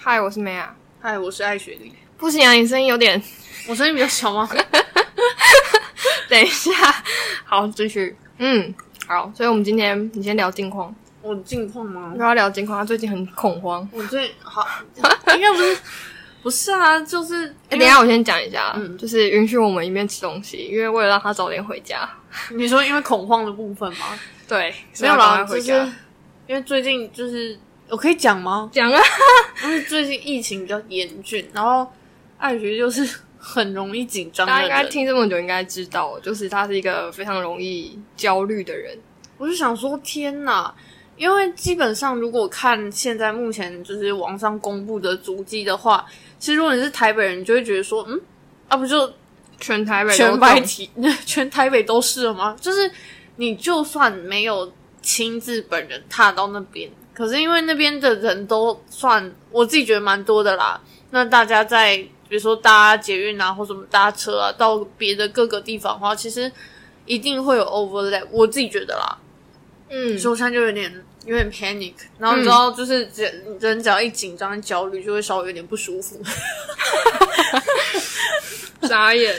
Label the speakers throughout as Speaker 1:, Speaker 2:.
Speaker 1: 嗨，我是梅啊。
Speaker 2: 嗨，我是艾雪莉，
Speaker 1: 不行啊，你声音有点……
Speaker 2: 我声音比较小吗？
Speaker 1: 等一下， 好，继续。嗯，好，所以我们今天你先聊近况，
Speaker 2: 我近况吗
Speaker 1: 不？要聊近况，他最近很恐慌。
Speaker 2: 我最好 应该不是，不是啊，就是
Speaker 1: 哎、
Speaker 2: 因
Speaker 1: 等
Speaker 2: 为
Speaker 1: 一下我先讲一下，
Speaker 2: 嗯
Speaker 1: 就是允许我们一面吃东西，因为为了让他早点回家。
Speaker 2: 你说因为恐慌的部分吗？
Speaker 1: 对，
Speaker 2: 没有啦，
Speaker 1: 啦，
Speaker 2: 就
Speaker 1: 回
Speaker 2: 是
Speaker 1: 家。
Speaker 2: 因为最近就是我可以讲吗？
Speaker 1: 讲啊，
Speaker 2: 因为最近疫情比较严峻，然后艾雪就是 很容易紧张
Speaker 1: 大家
Speaker 2: 的
Speaker 1: 应该
Speaker 2: 人，
Speaker 1: 听这么久，应该知道，就是他是一个非常容易焦虑的人。
Speaker 2: 我就想说天哪。因为基本上，如果看现在目前就是网上公布的足迹的话，其实如果你是台北人，你就会觉得说，嗯，啊不就
Speaker 1: 全台北都
Speaker 2: 全台
Speaker 1: 中
Speaker 2: 体 全台北都是了吗？就是你就算没有亲自本人踏到那边，可是因为那边的人都算我自己觉得蛮多的啦。那大家在比如说搭捷运啊，或什么搭车啊，到别的各个地方的话，其实一定会有 overlap。我自己觉得啦，
Speaker 1: 嗯，
Speaker 2: 所以我现在就有点有点 panic，然后你知道，就是人人只要一紧张、焦虑，就会稍微有点不舒服。
Speaker 1: 傻眼。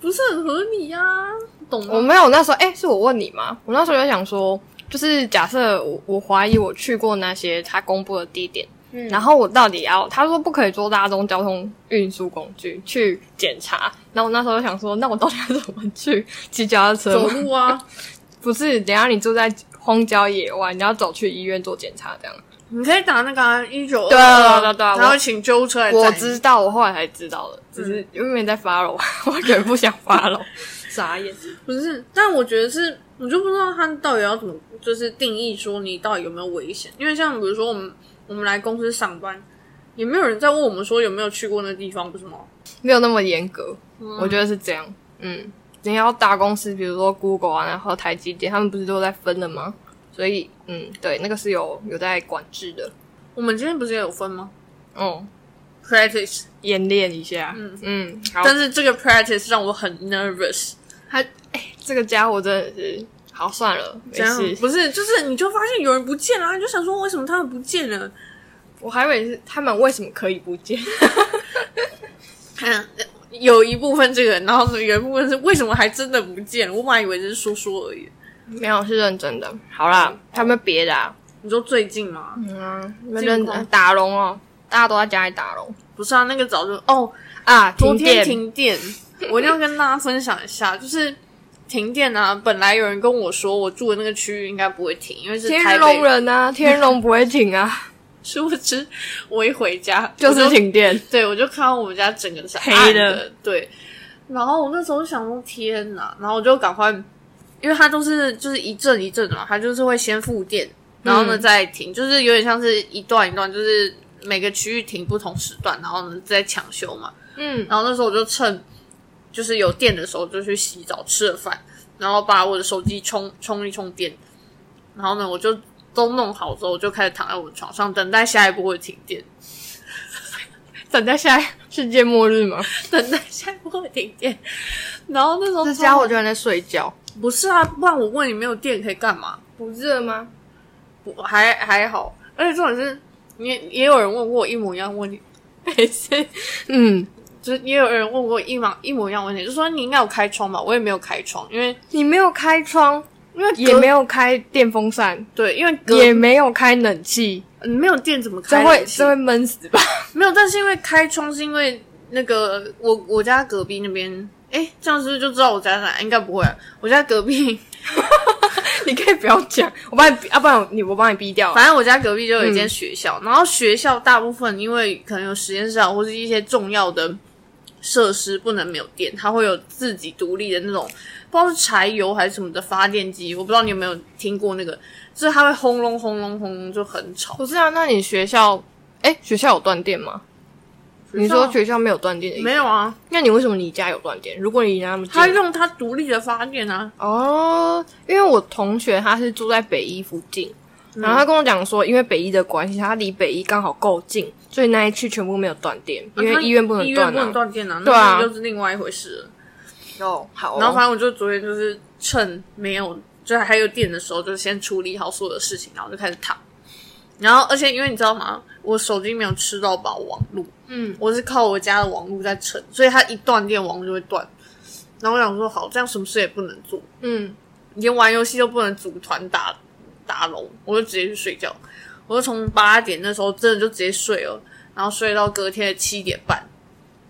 Speaker 2: 不是很合理呀、懂
Speaker 1: 我
Speaker 2: 吗？
Speaker 1: 没有，那时候哎、是我问你吗？我那时候就想说，就是假设我我怀疑我去过那些他公布的地点，
Speaker 2: 嗯
Speaker 1: 然后我到底要他说不可以坐大众交通运输工具去检查，然后我那时候就想说，那我到底要怎么去骑脚踏车
Speaker 2: 走
Speaker 1: 吗？
Speaker 2: 路啊，
Speaker 1: 不是，等一下你住在荒郊野外，你要走去医院做检查这样。
Speaker 2: 你可以打那个一九
Speaker 1: 对啊对啊对啊
Speaker 2: 然后请救护车来载你
Speaker 1: 我知道，我后来才知道了，只是因为没在发了， 我有点不想发了， 傻眼。
Speaker 2: 不是，但我觉得是，我就不知道他到底要怎么，就是定义说你到底有没有危险。因为像比如说我们我们来公司上班，也没有人在问我们说有没有去过那地方，不是吗？
Speaker 1: 没有那么严格，我觉得是这样。嗯，你要大公司，比如说 Google 啊，然后台积电，他们不是都在分了吗？所以，嗯，对，那个是有有在管制的。
Speaker 2: 我们今天不是也有分吗
Speaker 1: 哦，
Speaker 2: ？Practice，
Speaker 1: 演练一下。嗯嗯，好，
Speaker 2: 但是这个 practice 让我很 nervous。
Speaker 1: 他哎，这个家伙真的是，好算了，没
Speaker 2: 这样
Speaker 1: 事。
Speaker 2: 不是，就是你就发现有人不见了，你就想说为什么他们不见了？
Speaker 1: 我还以为是他们为什么可以不 见，
Speaker 2: 嗯，有一部分这个，然后有一部分是为什么还真的不见了？我本来以为只是说说而已。
Speaker 1: 没有是认真的。好啦，他们别的啊，
Speaker 2: 你说最近吗？
Speaker 1: 嗯啊，他们认
Speaker 2: 嗯
Speaker 1: 真
Speaker 2: 近况
Speaker 1: 打龙哦，大家都在家里打龙
Speaker 2: 不是啊，那个早就哦，
Speaker 1: 啊。
Speaker 2: 昨天
Speaker 1: 电
Speaker 2: 停电， 我一定要跟大家分享一下，就是停电啊。本来有人跟我说，我住的那个区域应该不会停，因为是台
Speaker 1: 天龙
Speaker 2: 北。
Speaker 1: 人啊，天龙不会停啊，
Speaker 2: 殊不知，我一回家
Speaker 1: 就是
Speaker 2: 我
Speaker 1: 停电。
Speaker 2: 对，我就看到我们家整个是
Speaker 1: 黑
Speaker 2: 暗
Speaker 1: 的，
Speaker 2: 对。然后我那时候想说天哪，然后我就赶快，因为它都是就是一阵一阵的嘛，它就是会先复电，然后呢
Speaker 1: 嗯
Speaker 2: 再停，就是有点像是一段一段，就是每个区域停不同时段，然后呢再抢修嘛。
Speaker 1: 嗯，
Speaker 2: 然后那时候我就趁就是有电的时候就去洗澡，吃了饭，然后把我的手机充充一充电，然后呢我就都弄好之后，我就开始躺在我的床上等待下一波的停电。
Speaker 1: 等待下世界末日吗？
Speaker 2: 等待下一波的停电。 然后那时候
Speaker 1: 这家伙居然在睡觉，
Speaker 2: 不是啊，不然我问你没有电可以干嘛？
Speaker 1: 不热吗？
Speaker 2: 不还还好，而且重点是，也也有人问过我一模一样的问题，每次
Speaker 1: 嗯，
Speaker 2: 就是也有人问过一模一模一样的问题，就说你应该有开窗吧？我也没有开窗，因为
Speaker 1: 你没有开窗，
Speaker 2: 因为
Speaker 1: 也没
Speaker 2: 有
Speaker 1: 有开电风扇，
Speaker 2: 对，因为隔
Speaker 1: 也没有开冷气，
Speaker 2: 没有电怎么
Speaker 1: 这
Speaker 2: 开
Speaker 1: 会
Speaker 2: 冷气
Speaker 1: 这会闷死吧？
Speaker 2: 嗯 没有，但是因为开窗是因为那个我我家隔壁那边，哎，这样是不是就知道我家在哪？应该不会啊、我家隔壁
Speaker 1: 你可以不要讲，我帮你，要、啊不然你我帮你逼掉。啊
Speaker 2: 反正我家隔壁就有一
Speaker 1: 嗯
Speaker 2: 间学校，然后学校大部分因为可能有实验室啊，或是一些重要的设施不能没有电，它会有自己独立的那种，不知道是柴油还是什么的发电机，我不知道你有没有听过那个，就是它会轰隆轰隆轰隆就很吵。
Speaker 1: 不是啊，那你学校，哎、学校有断电吗？你说学校没有断电的意思
Speaker 2: 没有啊？
Speaker 1: 那你为什么你家有断电？如果你离那么近，
Speaker 2: 它用它独立的发电啊，
Speaker 1: 哦，因为我同学他是住在北一附近，然后他跟我讲说，因为北一的关系，他离北一刚好够近，所以那一区全部没有断电，因为
Speaker 2: 啊它
Speaker 1: 啊医院不
Speaker 2: 医
Speaker 1: 能
Speaker 2: 院
Speaker 1: 断
Speaker 2: 不能
Speaker 1: 啊。
Speaker 2: 断电啊，
Speaker 1: 对啊
Speaker 2: 那就是另外一回事了。
Speaker 1: 哦，好
Speaker 2: 然后反正我就昨天就是趁没有，就是还有电的时候，就先处理好所有的事情，然后就开始躺。然后而且因为你知道吗，我手机没有吃到饱网路，
Speaker 1: 嗯，
Speaker 2: 我是靠我家的网路在撑，所以它一断电网路就会断。然后我想说，好，这样什么事也不能做，
Speaker 1: 嗯，
Speaker 2: 连玩游戏都不能组团打打龙，我就直接去睡觉。我就从八点那时候真的就直接睡了，然后睡到隔天的七点半。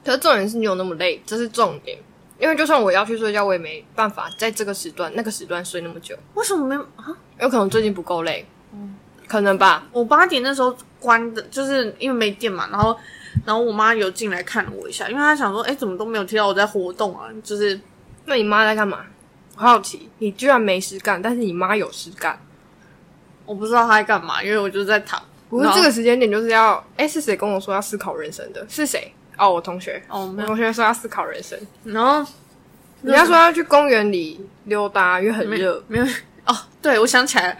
Speaker 1: 可是重点是你有那么累，这是重点。因为就算我要去睡觉，我也没办法在这个时段、那个时段睡那么久，
Speaker 2: 为什么没有啊？
Speaker 1: 有可能最近不够累，嗯，可能吧。
Speaker 2: 我八点那时候关的，就是因为没电嘛，然后然后我妈有进来看了我一下，因为她想说，哎，怎么都没有听到我在活动啊？就是
Speaker 1: 那你妈在干嘛？我好奇，你居然没事干，但是你妈有事干。
Speaker 2: 我不知道她在干嘛，因为我就在躺。
Speaker 1: 不是这个时间点就是要，哎、是谁跟我说要思考人生的？是谁？哦，我同学，
Speaker 2: 哦，没
Speaker 1: 我
Speaker 2: 有。
Speaker 1: 同学说要思考人生，
Speaker 2: 然后
Speaker 1: 人家说要去公园里溜达，因为很
Speaker 2: 没
Speaker 1: 热。
Speaker 2: 没有哦，对，我想起来了，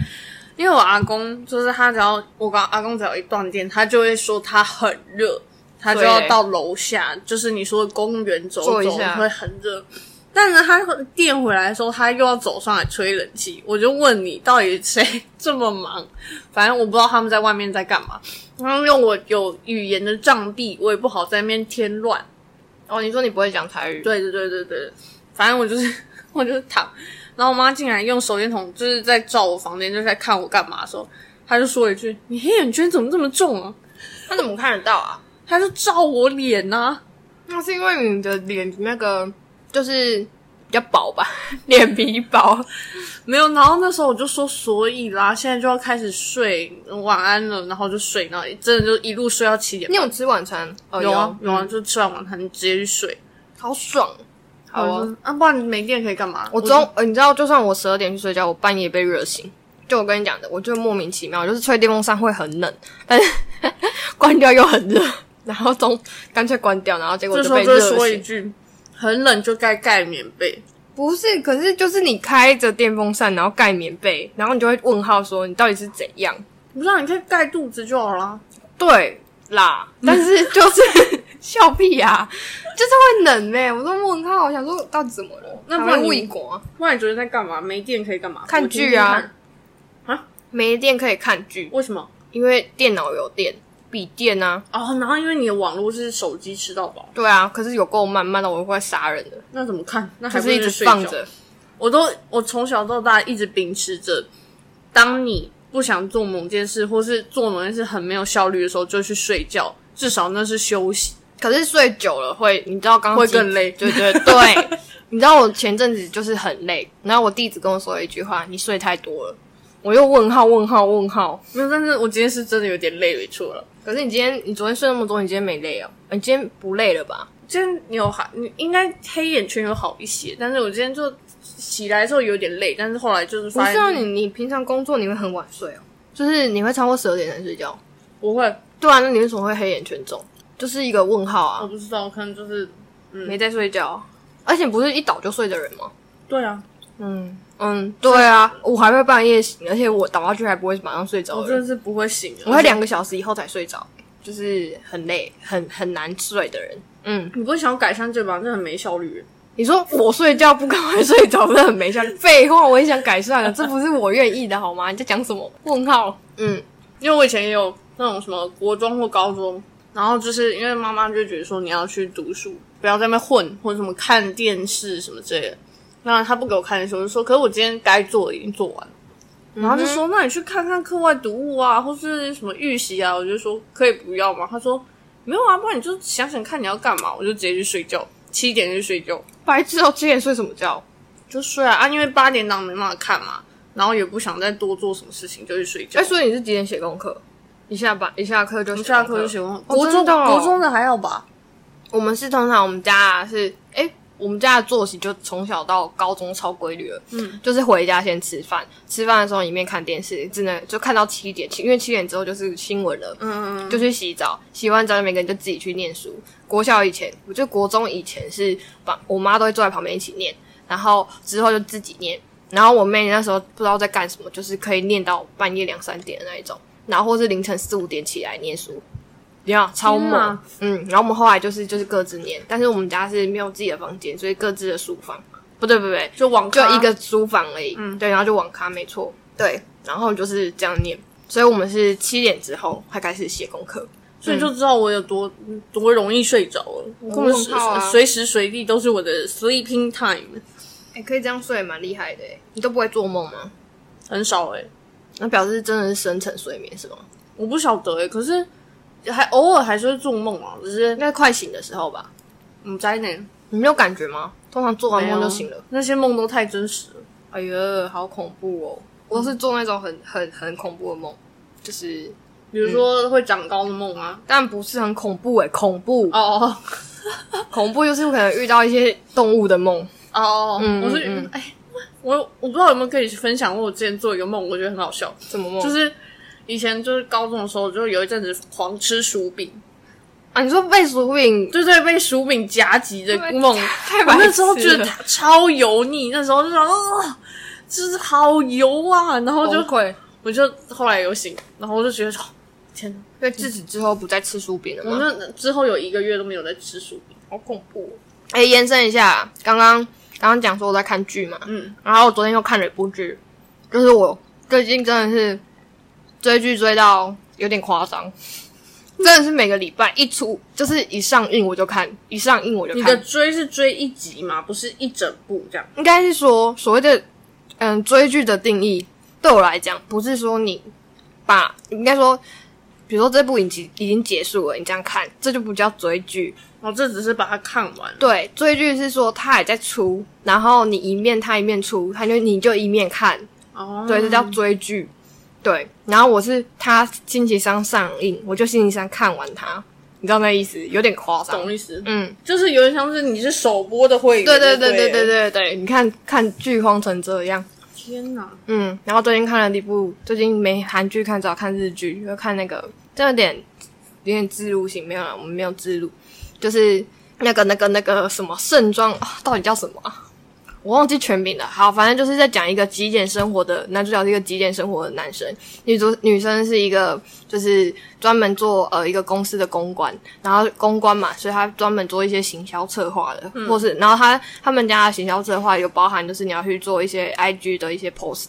Speaker 2: 因为我阿公就是他，只要我跟阿公只要一断电，他就会说他很热，他就要
Speaker 1: 对
Speaker 2: 到楼下，就是你说的公园走
Speaker 1: 坐一
Speaker 2: 走
Speaker 1: 下
Speaker 2: 会很热。但是他电回来的时候，他又要走上来吹冷气，我就问你到底谁这么忙？反正我不知道他们在外面在干嘛。然后用我有语言的障壁，我也不好在那边添乱。
Speaker 1: 哦，你说你不会讲台语？，
Speaker 2: 对对对对对，反正我就是 我就是躺，然后我妈竟然用手电筒就是在照我房间，就是在看我干嘛的时候，她就说一句：“你黑眼圈怎么这么重啊
Speaker 1: 他怎么看得到啊？？”
Speaker 2: 她就照我脸啊呐、
Speaker 1: 那是因为你的脸那个就是比较薄 吧，脸皮薄。
Speaker 2: 没有。然后那时候我就说：“所以啦，现在就要开始睡，晚安了。”然后就睡，然后真的就一路睡到七点
Speaker 1: 你。有吃晚餐？哦
Speaker 2: 有啊有
Speaker 1: 有
Speaker 2: 啊，就吃完晚餐就直接去睡。
Speaker 1: 好爽。好
Speaker 2: 我
Speaker 1: 啊，
Speaker 2: 说啊，不然你没电可以干嘛？
Speaker 1: 我中呃，你知道，就算我十二点去睡觉，我半夜被热醒。就我跟你讲的，我就莫名其妙，就是吹电风扇会很冷，但是 关掉又很热，然后中干脆关掉，然后结果
Speaker 2: 这
Speaker 1: 就
Speaker 2: 时候
Speaker 1: 被
Speaker 2: 就会
Speaker 1: 热
Speaker 2: 说一
Speaker 1: 醒。
Speaker 2: 句：“很冷就该盖棉被。”
Speaker 1: 不是，可是就是你开着电风扇，然后盖棉被，然后你就会问号说你到底是怎样？
Speaker 2: 不知道你可以盖肚子就好啦。
Speaker 1: 对啦，但是就是 笑屁呀、就是会冷呗、我都问号，我想说到底怎么了？
Speaker 2: 那不
Speaker 1: 还
Speaker 2: 然
Speaker 1: 会
Speaker 2: 你
Speaker 1: 胃寒，
Speaker 2: 不然你昨天在干嘛？没电可以干嘛？
Speaker 1: 看
Speaker 2: 我听听
Speaker 1: 剧啊
Speaker 2: 看。
Speaker 1: 没电可以看剧，
Speaker 2: 为什么？
Speaker 1: 因为电脑有电，笔电啊，
Speaker 2: 哦，然后因为你的网络是手机吃到饱，
Speaker 1: 对啊，可是有够慢，慢到我快杀人了，
Speaker 2: 那怎么看？那还
Speaker 1: 可
Speaker 2: 不
Speaker 1: 是一直
Speaker 2: 睡
Speaker 1: 放
Speaker 2: 觉。
Speaker 1: 着。
Speaker 2: 我都我从小到大一直秉持着，当你不想做某件事，或是做某件事很没有效率的时候，就去睡觉，至少那是休息。
Speaker 1: 可是睡久了会，你知道刚刚
Speaker 2: 会
Speaker 1: 几
Speaker 2: 更累
Speaker 1: 对对对。 你知道我前阵子就是很累，然后我弟只跟我说一句话：“你睡太多了。”我又问号问号问号。
Speaker 2: 没有，但是我今天是真的有点累，没错了。
Speaker 1: 可是你今天你昨天睡那么多，你今天没累哦？你今天不累了吧？
Speaker 2: 今天你有好，你应该黑眼圈有好一些，但是我今天就起来之后有点累，但是后来就是
Speaker 1: 不
Speaker 2: 发
Speaker 1: 是
Speaker 2: 现
Speaker 1: 啊，你你平常工作你会很晚睡哦，就是你会超过十二点才睡觉。
Speaker 2: 不会，
Speaker 1: 对啊，那你为什么会黑眼圈重？就是一个问号
Speaker 2: 我
Speaker 1: 啊，
Speaker 2: 不知道，可能就是
Speaker 1: 没在睡觉，啊而且不是一倒就睡的人吗？
Speaker 2: 对啊，
Speaker 1: 嗯嗯，对啊，我还会半夜醒，而且我倒下去还不会马上睡着
Speaker 2: 我
Speaker 1: 的
Speaker 2: 真
Speaker 1: 人，
Speaker 2: 的是不会醒的。
Speaker 1: 我会两个小时以后才睡着，就是很累、很很难睡的人。嗯，
Speaker 2: 你不会想要改善这吧？这很没效率。
Speaker 1: 你说我睡觉不赶快睡着，那很没效率。废话，我也想改善 了，这不是我愿意的好吗？你在讲什么？问号。嗯，
Speaker 2: 因为我以前也有那种什么国中或高中，然后就是因为妈妈就觉得说你要去读书，不要在那边混或者什么看电视什么之类的。那她不给我看的时候，我就说，可是我今天该做的已经做完了。然后就
Speaker 1: 嗯
Speaker 2: 说，那你去看看课外读物啊，或是什么预习啊。我就说，可以不要吗？她说，没有啊，不然你就想想看你要干嘛。我就直接去睡觉，七点就去睡觉。
Speaker 1: 白痴哦，七点睡什么觉？
Speaker 2: 就睡啊，啊因为八点档没办法看嘛，然后也不想再多做什么事情，就去睡觉。
Speaker 1: 哎、所以你是几点写功课？一下班一下课就
Speaker 2: 我
Speaker 1: 写
Speaker 2: 下
Speaker 1: 功
Speaker 2: 课就喜欢
Speaker 1: 哦
Speaker 2: 国中、
Speaker 1: 真的哦
Speaker 2: 国中的还好吧？
Speaker 1: 我们是通常我们家啊是哎、诶我们家的作息就从小到高中超规律了，
Speaker 2: 嗯，
Speaker 1: 就是回家先吃饭，吃饭的时候一面看电视，只能就看到七点，因为七点之后就是新闻了，
Speaker 2: 嗯
Speaker 1: 就去洗澡，洗完澡每个人就自己去念书。国小以前，我就国中以前是把我妈都会坐在旁边一起念，然后之后就自己念，然后我妹那时候不知道在干什么，就是可以念到半夜两三点的那一种，然后或是凌晨四五点起来念书。你看，超
Speaker 2: 天
Speaker 1: 猛
Speaker 2: 哪！
Speaker 1: 嗯，然后我们后来就是就是各自念，但是我们家是没有自己的房间，所以各自的书房。不对不对，
Speaker 2: 就网
Speaker 1: 就
Speaker 2: 咖
Speaker 1: 一个书房而已。
Speaker 2: 嗯
Speaker 1: 对，然后就网咖，没错。对，然后就是这样念。所以我们是七点之后才开始写功课。
Speaker 2: 所以就知道我有多多容易睡着了。
Speaker 1: 根本
Speaker 2: 我
Speaker 1: 嗯不
Speaker 2: 随
Speaker 1: 怕啊
Speaker 2: 随时随地都是我的 sleeping time，
Speaker 1: 哎、可以这样睡，蛮厉害的欸。你都不会做梦吗？
Speaker 2: 很少哎、
Speaker 1: 那表示真的是深层睡眠是吗？
Speaker 2: 我不晓得哎、可是还偶尔还是会做梦啊，只是
Speaker 1: 应该快醒的时候吧？
Speaker 2: 唔知呢，
Speaker 1: 你没有感觉吗？通常做完梦就醒了。
Speaker 2: 那些梦都太真实了。
Speaker 1: 哎呀，好恐怖哦！我都是做那种很很很恐怖的梦，就是
Speaker 2: 比如说
Speaker 1: 嗯
Speaker 2: 会长高的梦啊，
Speaker 1: 但不是很恐怖哎、恐怖、
Speaker 2: 哦哦
Speaker 1: 恐怖就是可能遇到一些动物的梦。
Speaker 2: 哦哦，
Speaker 1: 嗯
Speaker 2: 我是
Speaker 1: 嗯嗯
Speaker 2: 哎、我我不知道有没有跟你分享过，我之前做一个梦，我觉得很好笑，
Speaker 1: 什么梦？
Speaker 2: 就是以前就是高中的时候，就有一阵子狂吃薯饼，
Speaker 1: 啊，你说被薯饼
Speaker 2: 就是被薯饼夹击的梦。
Speaker 1: 太
Speaker 2: 我
Speaker 1: 白
Speaker 2: 那时候
Speaker 1: 痴
Speaker 2: 觉得
Speaker 1: 了
Speaker 2: 它超油腻，那时候就想，啊，就是好油啊！然后就
Speaker 1: 崩溃。
Speaker 2: 我就后来有醒，然后我就觉得，哦天哪！
Speaker 1: 所以自此之后不再吃薯饼了
Speaker 2: 我
Speaker 1: 吗？
Speaker 2: 那之后有一个月都没有在吃薯
Speaker 1: 嗯
Speaker 2: 饼，
Speaker 1: 好恐怖、哦！哎、延伸一下，刚刚刚刚讲说我在看剧嘛，
Speaker 2: 嗯，
Speaker 1: 然后我昨天又看了一部剧，就是我最近真的是追剧追到有点夸张，真的是每个礼拜一出就是一上映我就看，一上映我就
Speaker 2: 你的
Speaker 1: 看，
Speaker 2: 追是追一集嘛，不是一整部这样。
Speaker 1: 应该是说所谓的嗯追剧的定义，对我来讲不是说你把应该说。比如说这部影集已经结束了，你这样看，这就不叫追剧，
Speaker 2: 我哦这只是把它看完，
Speaker 1: 对，追剧是说它也在出，然后你一面它一面出，它就你就一面看，
Speaker 2: 哦，
Speaker 1: 对，这叫追剧。对，然后我是它星期三上映，我就星期三看完它，你知道那意思，有点夸张。
Speaker 2: 懂意思，
Speaker 1: 嗯，
Speaker 2: 就是有点像是你是首播的会员，
Speaker 1: 对对对对
Speaker 2: 对
Speaker 1: 对
Speaker 2: 了，
Speaker 1: 对对，你看看剧荒成这样，
Speaker 2: 天哪，
Speaker 1: 嗯，然后最近看了一部，最近没韩剧看，只好看日剧，就看那个，这有点有点自入型，没有啦，我们没有自入，就是那个那个那个什么盛装、啊，到底叫什么、啊？我忘记全名了。好，反正就是在讲一个极简生活的男主角是一个极简生活的男生，女主女生是一个就是专门做呃一个公司的公关，然后公关嘛，所以她专门做一些行销策划的，
Speaker 2: 嗯
Speaker 1: 或是然后她他们家的行销策划有包含就是你要去做一些 IG 的一些 post，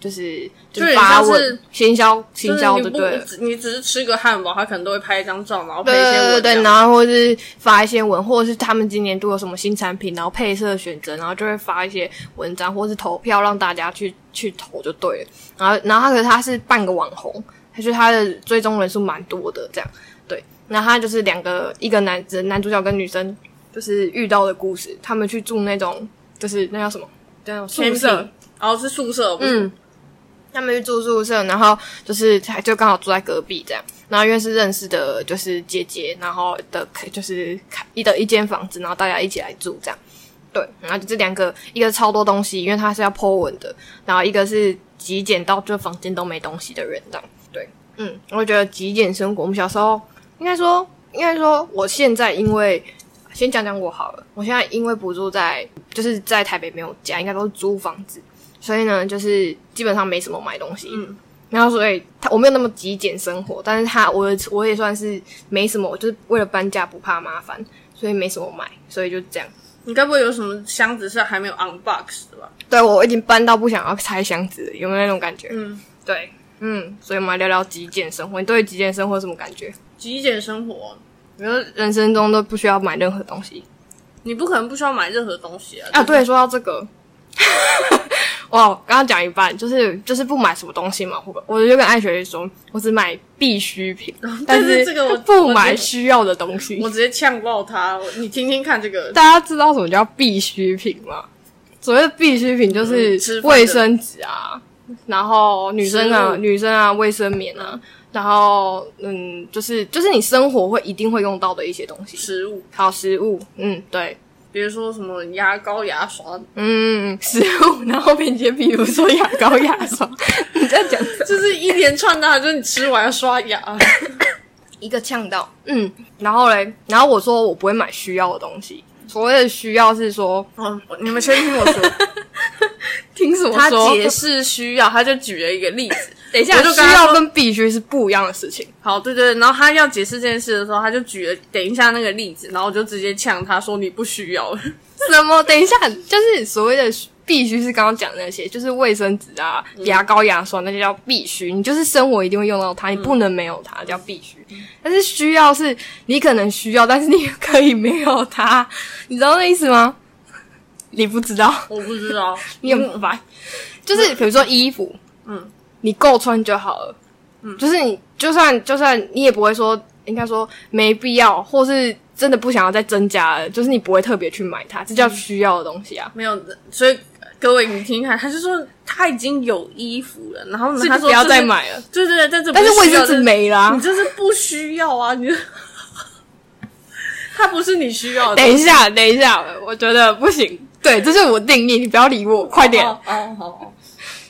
Speaker 1: 就是就
Speaker 2: 就有
Speaker 1: 是
Speaker 2: 点
Speaker 1: 发
Speaker 2: 像是
Speaker 1: 文行销行销
Speaker 2: 就
Speaker 1: 的
Speaker 2: 是你不
Speaker 1: 对了。
Speaker 2: 只你只是吃个汉堡，他可能都会拍一张照，然后配
Speaker 1: 对
Speaker 2: 一些
Speaker 1: 对对
Speaker 2: 文
Speaker 1: 对，
Speaker 2: 章
Speaker 1: 然后或是发一些文，或者是他们今年度有什么新产品，然后配色选择，然后就会发一些文章，或是投票让大家去去投就对了。然后，然后他可是他是半个网红，他就是他的追踪人数蛮多的这样。对，然后他就是两个一个男男主角跟女生就是遇到的故事，他们去住那种就是那叫什么那种
Speaker 2: 宿
Speaker 1: 宿舍
Speaker 2: 舍，然后是宿舍，不是
Speaker 1: 嗯，他们去住宿舍，然后就是他就刚好住在隔壁这样。然后因为是认识的，就是姐姐，然后的就是开一的一间房子，然后大家一起来住这样。对，然后就这两个，一个超多东西，因为他是要 po 文的，然后一个是极简到就房间都没东西的人这样。对，嗯，我觉得极简生活，我们小时候应该说，应该说，我现在因为先讲讲我好了，我现在因为不住在就是在台北没有家，应该都是租房子，所以呢，就是基本上没什么买东西。
Speaker 2: 嗯
Speaker 1: 然后所以他我没有那么极简生活，但是他我我也算是没什么，我就是为了搬家不怕麻烦，所以没什么买，所以就这样。
Speaker 2: 你该不会有什么箱子是还没有 unbox 的吧？
Speaker 1: 对我已经搬到不想要拆箱子了，有没有那种感觉？
Speaker 2: 嗯，
Speaker 1: 对，嗯，所以我们来聊聊极简生活。你对极简生活有什么感觉？
Speaker 2: 极简生活，
Speaker 1: 比如说人生中都不需要买任何东西
Speaker 2: 你不可能不需要买任何东西啊。
Speaker 1: 啊。对，说到这个， 哇，我刚刚讲一半，就是就是不买什么东西嘛。我我就跟艾雪说，我只买必需品，但
Speaker 2: 哦这个我
Speaker 1: 不
Speaker 2: 我
Speaker 1: 买
Speaker 2: 觉得
Speaker 1: 需要的东西
Speaker 2: 我。直接呛爆他！我你听听看这个，
Speaker 1: 大家知道什么叫必需品吗？所谓的必需品就
Speaker 2: 嗯吃
Speaker 1: 是
Speaker 2: 饭的
Speaker 1: 卫生纸啊，然后女生啊
Speaker 2: 食物
Speaker 1: 女生啊卫生棉啊，然后嗯，就是就是你生活会一定会用到的一些东西，
Speaker 2: 食物，
Speaker 1: 好食物，嗯，对，
Speaker 2: 比如说什么牙膏、牙刷，
Speaker 1: 嗯，食物， 然后并且比如说牙膏、牙刷，你在讲什么
Speaker 2: 就是一连串的啊，就是你吃完要刷牙。
Speaker 1: 一个呛到，嗯，然后嘞，然后我说我不会买需要的东西，所谓的需要是说
Speaker 2: 哦，你们先听我说，
Speaker 1: 听 什么
Speaker 2: 他
Speaker 1: 说？
Speaker 2: 解释需要，他就举了一个例子。
Speaker 1: 等一下
Speaker 2: 我就
Speaker 1: 需
Speaker 2: 跟他
Speaker 1: 要
Speaker 2: 说
Speaker 1: 跟必须是不一样的事情。
Speaker 2: 好，对对，对然后他要解释这件事的时候，他就举了等一下那 个例子，然后我就直接呛他说你不需要了。
Speaker 1: 什么？等一下，就是所谓的必须是刚刚讲的那些，就是卫生纸啊、牙膏、牙刷那些叫必须，你就是生活一定会用到它，你不能没有它，叫必须。但是需要是你可能需要，但是你可以没有它，你知道那意思吗？你不知道，
Speaker 2: 我不知道，
Speaker 1: 你有明白？ 就是比如说衣服，
Speaker 2: 嗯，
Speaker 1: 你够穿就好了，嗯，就是你就算就算你也不会说，应该说没必要，或是真的不想要再增加了，就是你不会特别去买它，这叫需要的东西啊。
Speaker 2: 没有的，所以各位你听看，他就说他已经有衣服了，然后呢
Speaker 1: 所以
Speaker 2: 他
Speaker 1: 就
Speaker 2: 说
Speaker 1: 不要
Speaker 2: 这
Speaker 1: 再
Speaker 2: 是，
Speaker 1: 买了，
Speaker 2: 对对对，但这不
Speaker 1: 但是卫
Speaker 2: 需要
Speaker 1: 生纸
Speaker 2: 这
Speaker 1: 没啦、
Speaker 2: 你这是不需要啊，你就 它不是你需要的。
Speaker 1: 等一下，等一下，我觉得不行。对，这是我定义，你不要理我，快点。
Speaker 2: 哦哦好好。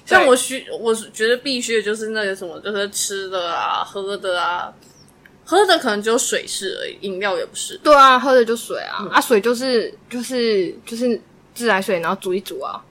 Speaker 2: 像我需，我觉得必须的就是那个什么，就是吃的啊、喝的啊，喝的可能只有水是而已，饮料也不是。
Speaker 1: 对啊，喝的就水啊，
Speaker 2: 嗯
Speaker 1: 啊水就是就是就是自来水，然后煮一煮啊。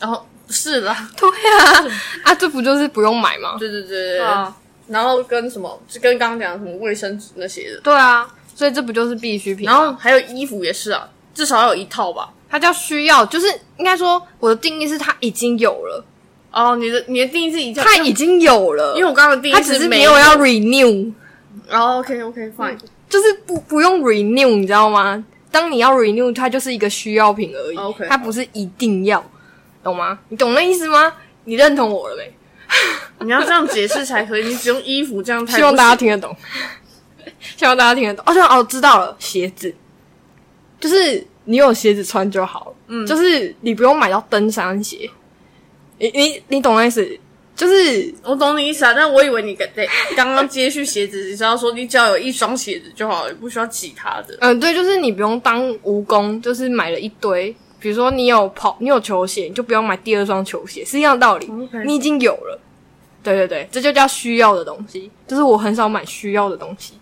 Speaker 2: 然后是啦，
Speaker 1: 对啊， 啊这不就是不用买吗？
Speaker 2: 对对对对对。
Speaker 1: 啊
Speaker 2: 然后跟什么，就跟刚刚讲的什么卫生纸那些的，
Speaker 1: 对啊，所以这不就是必需品？
Speaker 2: 然后还有衣服也是啊，至少要有一套吧。
Speaker 1: 它叫需要，就是应该说我的定义是它已经有了，
Speaker 2: 哦，你的你的定义是一套，
Speaker 1: 它已经有了，
Speaker 2: 因为我刚刚的定义
Speaker 1: 它只是
Speaker 2: 没
Speaker 1: 没有要。renew，
Speaker 2: 哦，OK OK fine，
Speaker 1: 就是不不用 renew，你知道吗？当你要 renew，它就是一个需要品而已
Speaker 2: OK，
Speaker 1: 它不是一定要，懂吗？你懂那意思吗？你认同我了没？
Speaker 2: 你要这样解释才可以，你只用衣服 这样
Speaker 1: 嗯
Speaker 2: 才
Speaker 1: 希望
Speaker 2: 哎不
Speaker 1: 大家
Speaker 2: 行
Speaker 1: 听得懂，希望大家听得懂。哦，对哦，知道了，鞋子，就是你有鞋子穿就好了，嗯，就是你不用买到登山鞋，你你你懂那意思？就是
Speaker 2: 我懂你意思啊，但我以为你刚对刚刚接续鞋子，你知道说你只要有一双鞋子就好了，你不需要其他的。
Speaker 1: 嗯，对，就是你不用当蜈蚣，就是买了一堆。比如说你有跑，你有球鞋，你就不用买第二双球鞋，是一样的道理。
Speaker 2: 哦 OK
Speaker 1: 你已经有了，对对对，这就叫需要的东西。就是我很少买需要的东西。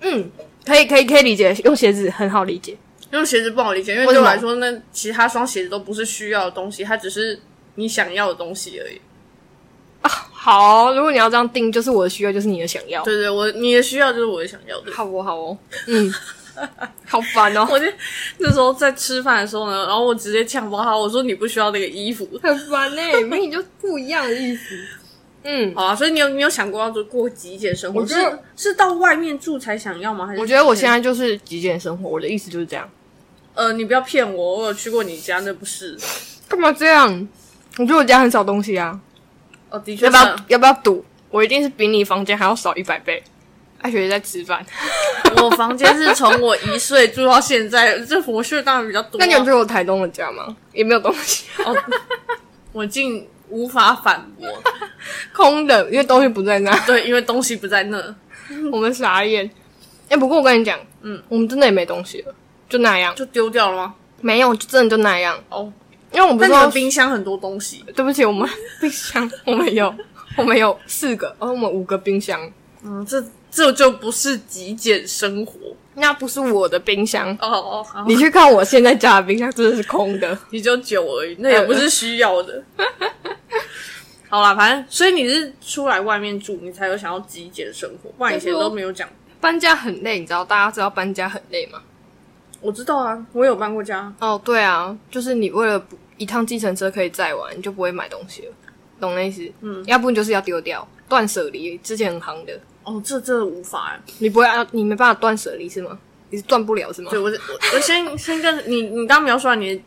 Speaker 1: 嗯，可以可以可以理解，用鞋子很好理解。
Speaker 2: 用鞋子不好理解，因为
Speaker 1: 为
Speaker 2: 对
Speaker 1: 什
Speaker 2: 我
Speaker 1: 么
Speaker 2: 来说，那其他双鞋子都不是需要的东西，它只是你想要的东西而已。
Speaker 1: 好，如果你要这样定，就是我的需要，就是你的想要。
Speaker 2: 对对，我你的需要就是我的想要的。
Speaker 1: 好哦，好哦， 嗯，好烦哦，
Speaker 2: 我就那时候在吃饭的时候呢，然后我直接呛爆他，我说你不需要那个衣服。
Speaker 1: 很烦呢、 明明就不一样的意思。嗯，
Speaker 2: 好啊，所以你有你有想过要做过极简生活？
Speaker 1: 我觉
Speaker 2: 是
Speaker 1: 得
Speaker 2: 是到外面住才想要吗？还是
Speaker 1: 我觉得我现在就是极简生活，我的意思就是这样。
Speaker 2: 呃，你不要骗我，我有去过你家，那不是
Speaker 1: 干嘛这样？我觉得我家很少东西啊，
Speaker 2: 哦，的确
Speaker 1: 要不要
Speaker 2: 是
Speaker 1: 要不要赌？我一定是比你房间还要少一百倍。爱学姐在吃饭，
Speaker 2: 我房间是从我一岁住到现在，这佛穴当然比较多啊、
Speaker 1: 那你有去我台东的家吗？也没有东西，
Speaker 2: 哦，我竟无法反驳。
Speaker 1: 空的，因为东西不在那。
Speaker 2: 对，因为东西不在那。
Speaker 1: 我们傻眼。哎、不过我跟你讲，嗯，我们真的也没东西了，就那样，
Speaker 2: 就丢掉了吗？
Speaker 1: 没有，就真的就那样。
Speaker 2: 哦，
Speaker 1: 因为我们不
Speaker 2: 那
Speaker 1: 是
Speaker 2: 你们
Speaker 1: 说，
Speaker 2: 冰箱很多东西，
Speaker 1: 对不起，我们冰箱 我们有，我们有四个，哦而我们五个冰箱，
Speaker 2: 嗯，这这就不是极简生活。
Speaker 1: 那不是我的冰箱。
Speaker 2: 哦哦，好
Speaker 1: 你去看我现在家的冰箱，真的是空的。
Speaker 2: 你就酒而已，那也不是需 要的。好啦，反正所以你是出来外面住，你才有想要极简生活，不然以前都没有讲。
Speaker 1: 搬家很累，你知道大家知道搬家很累吗？
Speaker 2: 我知道啊，我有搬过家，
Speaker 1: 哦，对啊，就是你为了不一趟计程车可以载完，你就不会买东西了，懂那意思？嗯，要不你就是要丢掉，断舍离，之前很行的，
Speaker 2: 哦，这这无法、欸。
Speaker 1: 你不会按，你没办法断舍离是吗？你是断不了是吗？
Speaker 2: 对，我是我我先 先跟你，你刚描述完你的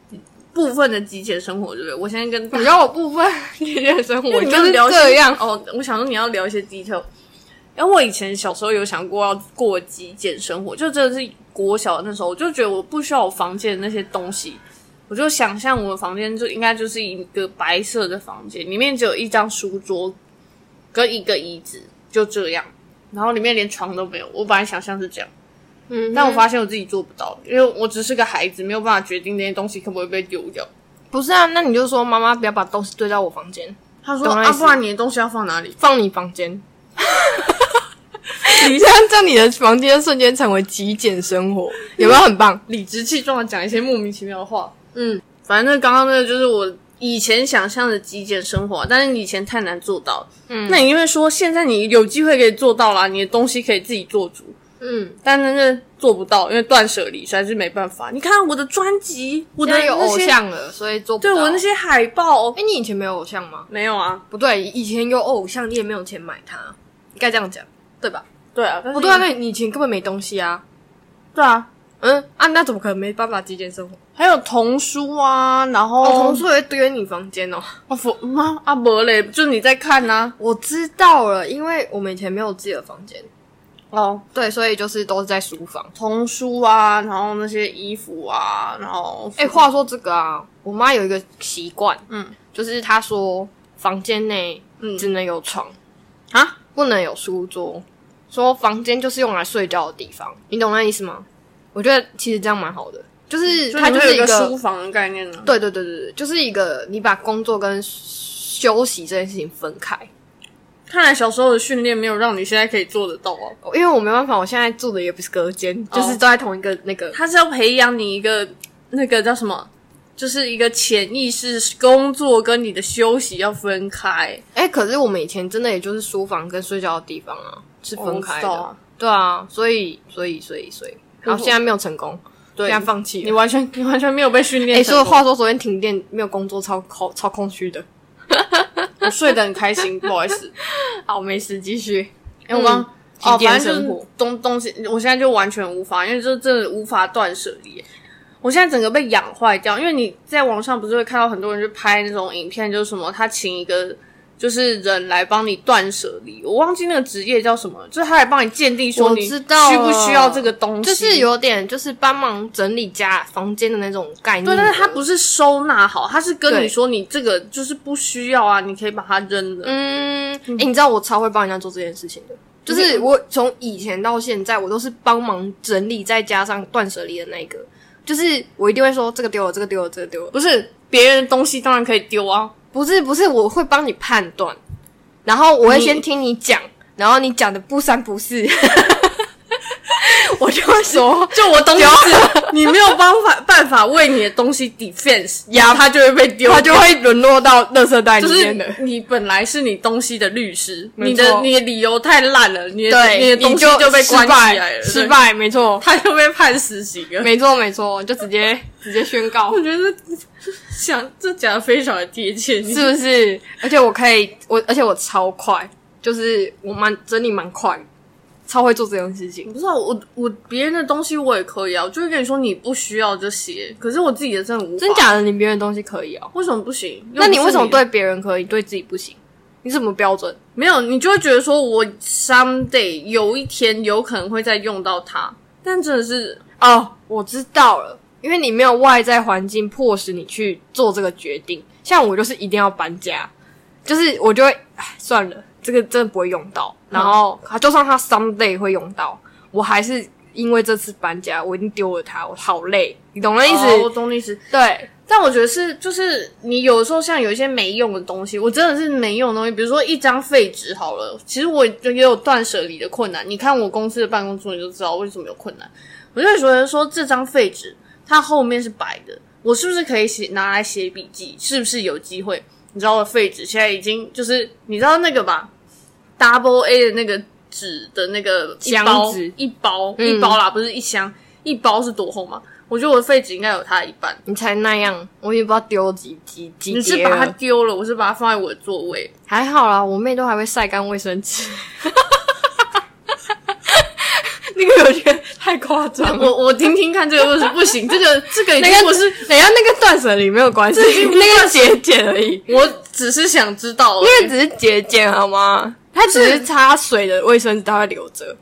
Speaker 2: 部分的极简生活，对不对？我先跟
Speaker 1: 你要我部分 你的生活
Speaker 2: 你
Speaker 1: 就
Speaker 2: 要
Speaker 1: 是
Speaker 2: 聊一些
Speaker 1: 这样，
Speaker 2: 哦。我想说你要聊一些 detail。然后我以前小时候有想过要过极简生活，就真的是国小那时候，我就觉得我不需要我房间的那些东西，我就想象我的房间就应该就是一个白色的房间，里面只有一张书桌跟一个椅子，就这样，然后里面连床都没有。我本来想象是这样。
Speaker 1: 嗯，
Speaker 2: 但我发现我自己做不到，因为我只是个孩子，没有办法决定那些东西可不可以被丢掉。
Speaker 1: 不是啊，那你就说妈妈不要把东西堆到我房间，
Speaker 2: 他说：“
Speaker 1: 懂了意
Speaker 2: 啊，
Speaker 1: 思
Speaker 2: 不然你的东西要放哪里
Speaker 1: 放你房间。 你这样让你的房间瞬间成为极简生活，有没有很棒？”？
Speaker 2: 理直气壮的讲一些莫名其妙的话。
Speaker 1: 嗯，
Speaker 2: 反正刚刚那个就是我以前想象的极简生活，但是以前太难做到。嗯，那你因为说现在你有机会可以做到啦，你的东西可以自己做主，
Speaker 1: 嗯，
Speaker 2: 但真的做不到，因为断舍离实在是没办法。你看我的专辑，我
Speaker 1: 我
Speaker 2: 的
Speaker 1: 啊有
Speaker 2: 那
Speaker 1: 偶
Speaker 2: 些，
Speaker 1: 像了，所以做不
Speaker 2: 对
Speaker 1: 到。
Speaker 2: 我那些海报
Speaker 1: 哎、你以前没有偶像吗？
Speaker 2: 没有啊，
Speaker 1: 不对，以前有偶像，你也没有钱买它，应该这样讲，对吧？
Speaker 2: 对啊，
Speaker 1: 不
Speaker 2: 不
Speaker 1: 对啊，那你以前根本没东西啊。
Speaker 2: 对啊，
Speaker 1: 嗯啊，那怎么可能没办法极简生活？
Speaker 2: 还有童书啊，然后
Speaker 1: 哦，童书也会堆在你房间哦。
Speaker 2: 啊不妈啊不嘞，就你在看啊呐、
Speaker 1: 我知道了，因为我们以前没有自己的房间，
Speaker 2: 哦，
Speaker 1: 对，所以就是都是在书房。
Speaker 2: 童书啊，然后那些衣服啊，然后
Speaker 1: 哎、话说这个啊，我妈有一个习惯，
Speaker 2: 嗯
Speaker 1: 就是她说房间内
Speaker 2: 嗯
Speaker 1: 只能有床，
Speaker 2: 啊，
Speaker 1: 不能有书桌，说房间就是用来睡觉的地方，你懂那意思吗？我觉得其实这样蛮好的，就是
Speaker 2: 就
Speaker 1: 它
Speaker 2: 嗯你
Speaker 1: 就
Speaker 2: 会
Speaker 1: 是
Speaker 2: 有一
Speaker 1: 一
Speaker 2: 个
Speaker 1: 个
Speaker 2: 书房的概念啊呢、
Speaker 1: 对对对对对，就是一个你把工作跟休息这件事情分开。
Speaker 2: 看来小时候的训练没有让你现在可以做得到哦、
Speaker 1: 因为我没办法，我现在住的也不是隔间，就是都在同一个那个。
Speaker 2: 他是要培养你一个那个叫什么，就是一个潜意识，工作跟你的休息要分开，
Speaker 1: 哎、可是我们以前真的也就是书房跟睡觉的地方啊，是分开的。
Speaker 2: 我知道啊
Speaker 1: 对啊，所以所以所以所以，然后现在没有成功，
Speaker 2: 对
Speaker 1: 现在放弃
Speaker 2: 你
Speaker 1: 了。
Speaker 2: 完全你完全没有被训
Speaker 1: 哎、
Speaker 2: 练成
Speaker 1: 所以
Speaker 2: 功。
Speaker 1: 话说，昨天停电没有工作超，空超空虚的。
Speaker 2: 我睡得很开心，不 好意思。
Speaker 1: 好，没事，继续。
Speaker 2: 因为我
Speaker 1: 嗯
Speaker 2: 刚、
Speaker 1: 极
Speaker 2: 哦，
Speaker 1: 简
Speaker 2: 反正
Speaker 1: 生
Speaker 2: 就是
Speaker 1: 活
Speaker 2: 东东西，我现在就完全无法，因为这真的无法断舍离。我现在整个被养坏掉，因为你在网上不是会看到很多人去拍那种影片，就是什么他请一个就是人来帮你断舍离，我忘记那个职业叫什么，就是他来帮你鉴定说
Speaker 1: 我
Speaker 2: 你
Speaker 1: 知道
Speaker 2: 需不需要
Speaker 1: 了
Speaker 2: 这个东西，
Speaker 1: 就是有点就是帮忙整理家房间的那种概念。
Speaker 2: 对，但是他不是收纳好，他是跟
Speaker 1: 嗯
Speaker 2: 你
Speaker 1: 对
Speaker 2: 说你这个就是不需要啊，你可以把它扔了。
Speaker 1: 嗯，哎、你知道我超会帮人家做这件事情的，就是我从以前到现在，我都是帮忙整理，再加上断舍离的那一个，就是我一定会说这个丢了，这个丢了，这个丢了。
Speaker 2: 不是别人的东西当然可以丢啊，
Speaker 1: 不是不是，我会帮你判断，然后我会
Speaker 2: 你
Speaker 1: 先听你讲，然后你讲的不三不四， 我就会说
Speaker 2: 就我东西是， 你没有办法办法为你的东西 defense，呀，它就会被丢，
Speaker 1: 他就会沦落到垃圾袋
Speaker 2: 就
Speaker 1: 里
Speaker 2: 是
Speaker 1: 面的。
Speaker 2: 你本来是你东西的律师，
Speaker 1: 没
Speaker 2: 你
Speaker 1: 错
Speaker 2: 的你的理由太烂了，你的
Speaker 1: 对，
Speaker 2: 你的东
Speaker 1: 你
Speaker 2: 西就被
Speaker 1: 失
Speaker 2: 关起来
Speaker 1: 败，
Speaker 2: 了，
Speaker 1: 失
Speaker 2: 对，
Speaker 1: 败，没错，
Speaker 2: 他就被判死刑了。
Speaker 1: 没错，没错，就直接直接宣 告。
Speaker 2: 我觉得想这讲的非常的贴切，是
Speaker 1: 是不是？而且我可以，我而且我超快，就是我蛮整理蛮快的，超会做这件事情。
Speaker 2: 不是啊，我我别人的东西我也可以啊，我就会跟你说你不需要这些，可是我自己的真的无法。
Speaker 1: 真？假的？你别人的东西可以哦、
Speaker 2: 为什么不行？
Speaker 1: 那你
Speaker 2: 又不是
Speaker 1: 为什么对别人可以，对自己不行？你什么标准？
Speaker 2: 没有，你就会觉得说，我 someday 有一天有可能会再用到它，但真的是
Speaker 1: 哦，我知道了，因为你没有外在环境迫使你去做这个决定。像我就是一定要搬家，就是我就会，唉，算了，这个真的不会用到。然后，就算它 someday 会用到，我还是因为这次搬家，我已经丢了它，我好累，你懂那意思？
Speaker 2: 哦我懂你意思。
Speaker 1: 对，
Speaker 2: 但我觉得是，就是你有的时候像有一些没用的东西，我真的是没用的东西，比如说一张废纸好了，其实我也有断舍离的困难。你看我公司的办公桌，你就知道为什么有困难。我就觉得说这张废纸它后面是白的，我是不是可以写拿来写笔记？是不是有机会？你知道我废纸现在已经就是你知道那个吧，double A 的那个纸的那个一
Speaker 1: 箱
Speaker 2: 包
Speaker 1: 子
Speaker 2: 一包、一包啦，不是一箱，一包是多厚吗？我觉得我的废纸应该有它的一半。
Speaker 1: 你才那样，我也不知道丢几几几
Speaker 2: 你是
Speaker 1: 节
Speaker 2: 把它
Speaker 1: 了。
Speaker 2: 丢了，我是把它放在我的座 位。
Speaker 1: 还好啦，我妹都还会晒干卫生纸。 那个有些太夸张了。
Speaker 2: 我我听听看这个故事，不行，这个这个已
Speaker 1: 那
Speaker 2: 经
Speaker 1: 个
Speaker 2: 不是，
Speaker 1: 等一下那个断舍离没有关系，那个节俭而已，
Speaker 2: 我只是想知道而已。
Speaker 1: 那个只是节俭好吗？它只是擦水的卫生纸，它会留着。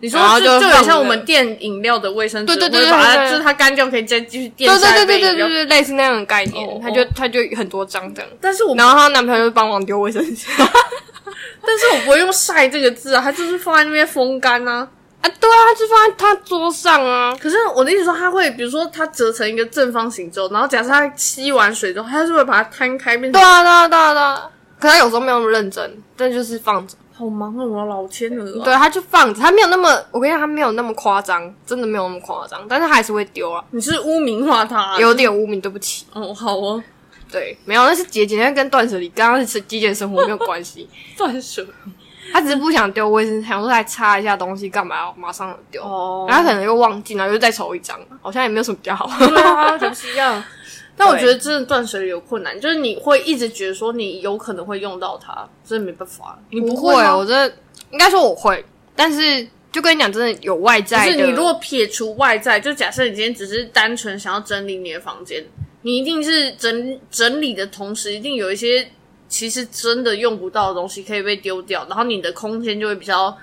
Speaker 2: 你说
Speaker 1: 然后
Speaker 2: 就
Speaker 1: 就
Speaker 2: 就
Speaker 1: 放
Speaker 2: 很像
Speaker 1: 着
Speaker 2: 我们垫饮料的卫生纸，
Speaker 1: 对对对
Speaker 2: 我会把
Speaker 1: 对
Speaker 2: 它
Speaker 1: 对对
Speaker 2: 就是它干掉可以再继续垫
Speaker 1: 对
Speaker 2: 下
Speaker 1: 对对
Speaker 2: 一杯
Speaker 1: 对
Speaker 2: 饮
Speaker 1: 对
Speaker 2: 料。
Speaker 1: 对，类似那样的概念
Speaker 2: 哦，
Speaker 1: 她就
Speaker 2: 哦
Speaker 1: 她就很多张这样。啊
Speaker 2: 但是我
Speaker 1: 然后她男朋友就帮忙丢卫生 纸
Speaker 2: 但是我不会用“晒”这个字啊，它就是放在那边风干啊。
Speaker 1: 啊，对啊，就放在她桌上啊。
Speaker 2: 可是我的意思说，它会比如说它折成一个正方形之后，然后假设它吸完水之后，它是会把它摊开变
Speaker 1: 对
Speaker 2: 成。
Speaker 1: 啊，对啊，对啊，对啊。可他有时候没有那么认真，但就是放着。
Speaker 2: 好忙哦，我的老天鹅、啊。
Speaker 1: 对，他就放着，他没有那么，我跟你讲，他没有那么夸张，真的没有那么夸张，但是他还是会丢啊，
Speaker 2: 你是污名化它、啊。
Speaker 1: 有点污名，对不起。
Speaker 2: 哦，好哦，
Speaker 1: 对，没有，那是节俭，那跟断舍离刚刚是节俭生活没有关系。
Speaker 2: 断舍离。
Speaker 1: 他只是不想丢卫生纸，想说来擦一下东西，干嘛要马上丢？
Speaker 2: 哦
Speaker 1: 然后他可能又忘记，然后又再抽一张，好像也没有什么比较好。
Speaker 2: 对 啊，就是一样。 但我
Speaker 1: 对
Speaker 2: 觉得真的断舍离有困难，就是你会一直觉得说你有可能会用到它，真的没办法。你
Speaker 1: 不
Speaker 2: 会
Speaker 1: 会，
Speaker 2: 吗
Speaker 1: 我真的应该说我会，但是就跟你讲，真的有外
Speaker 2: 就
Speaker 1: 在的，
Speaker 2: 是你如果撇除外在，就假设你今天只是单纯想要整理你的房间，你一定是整整理的同时，一定有一些其实真的用不到的东西可以被丢掉，然后你的空间就会比较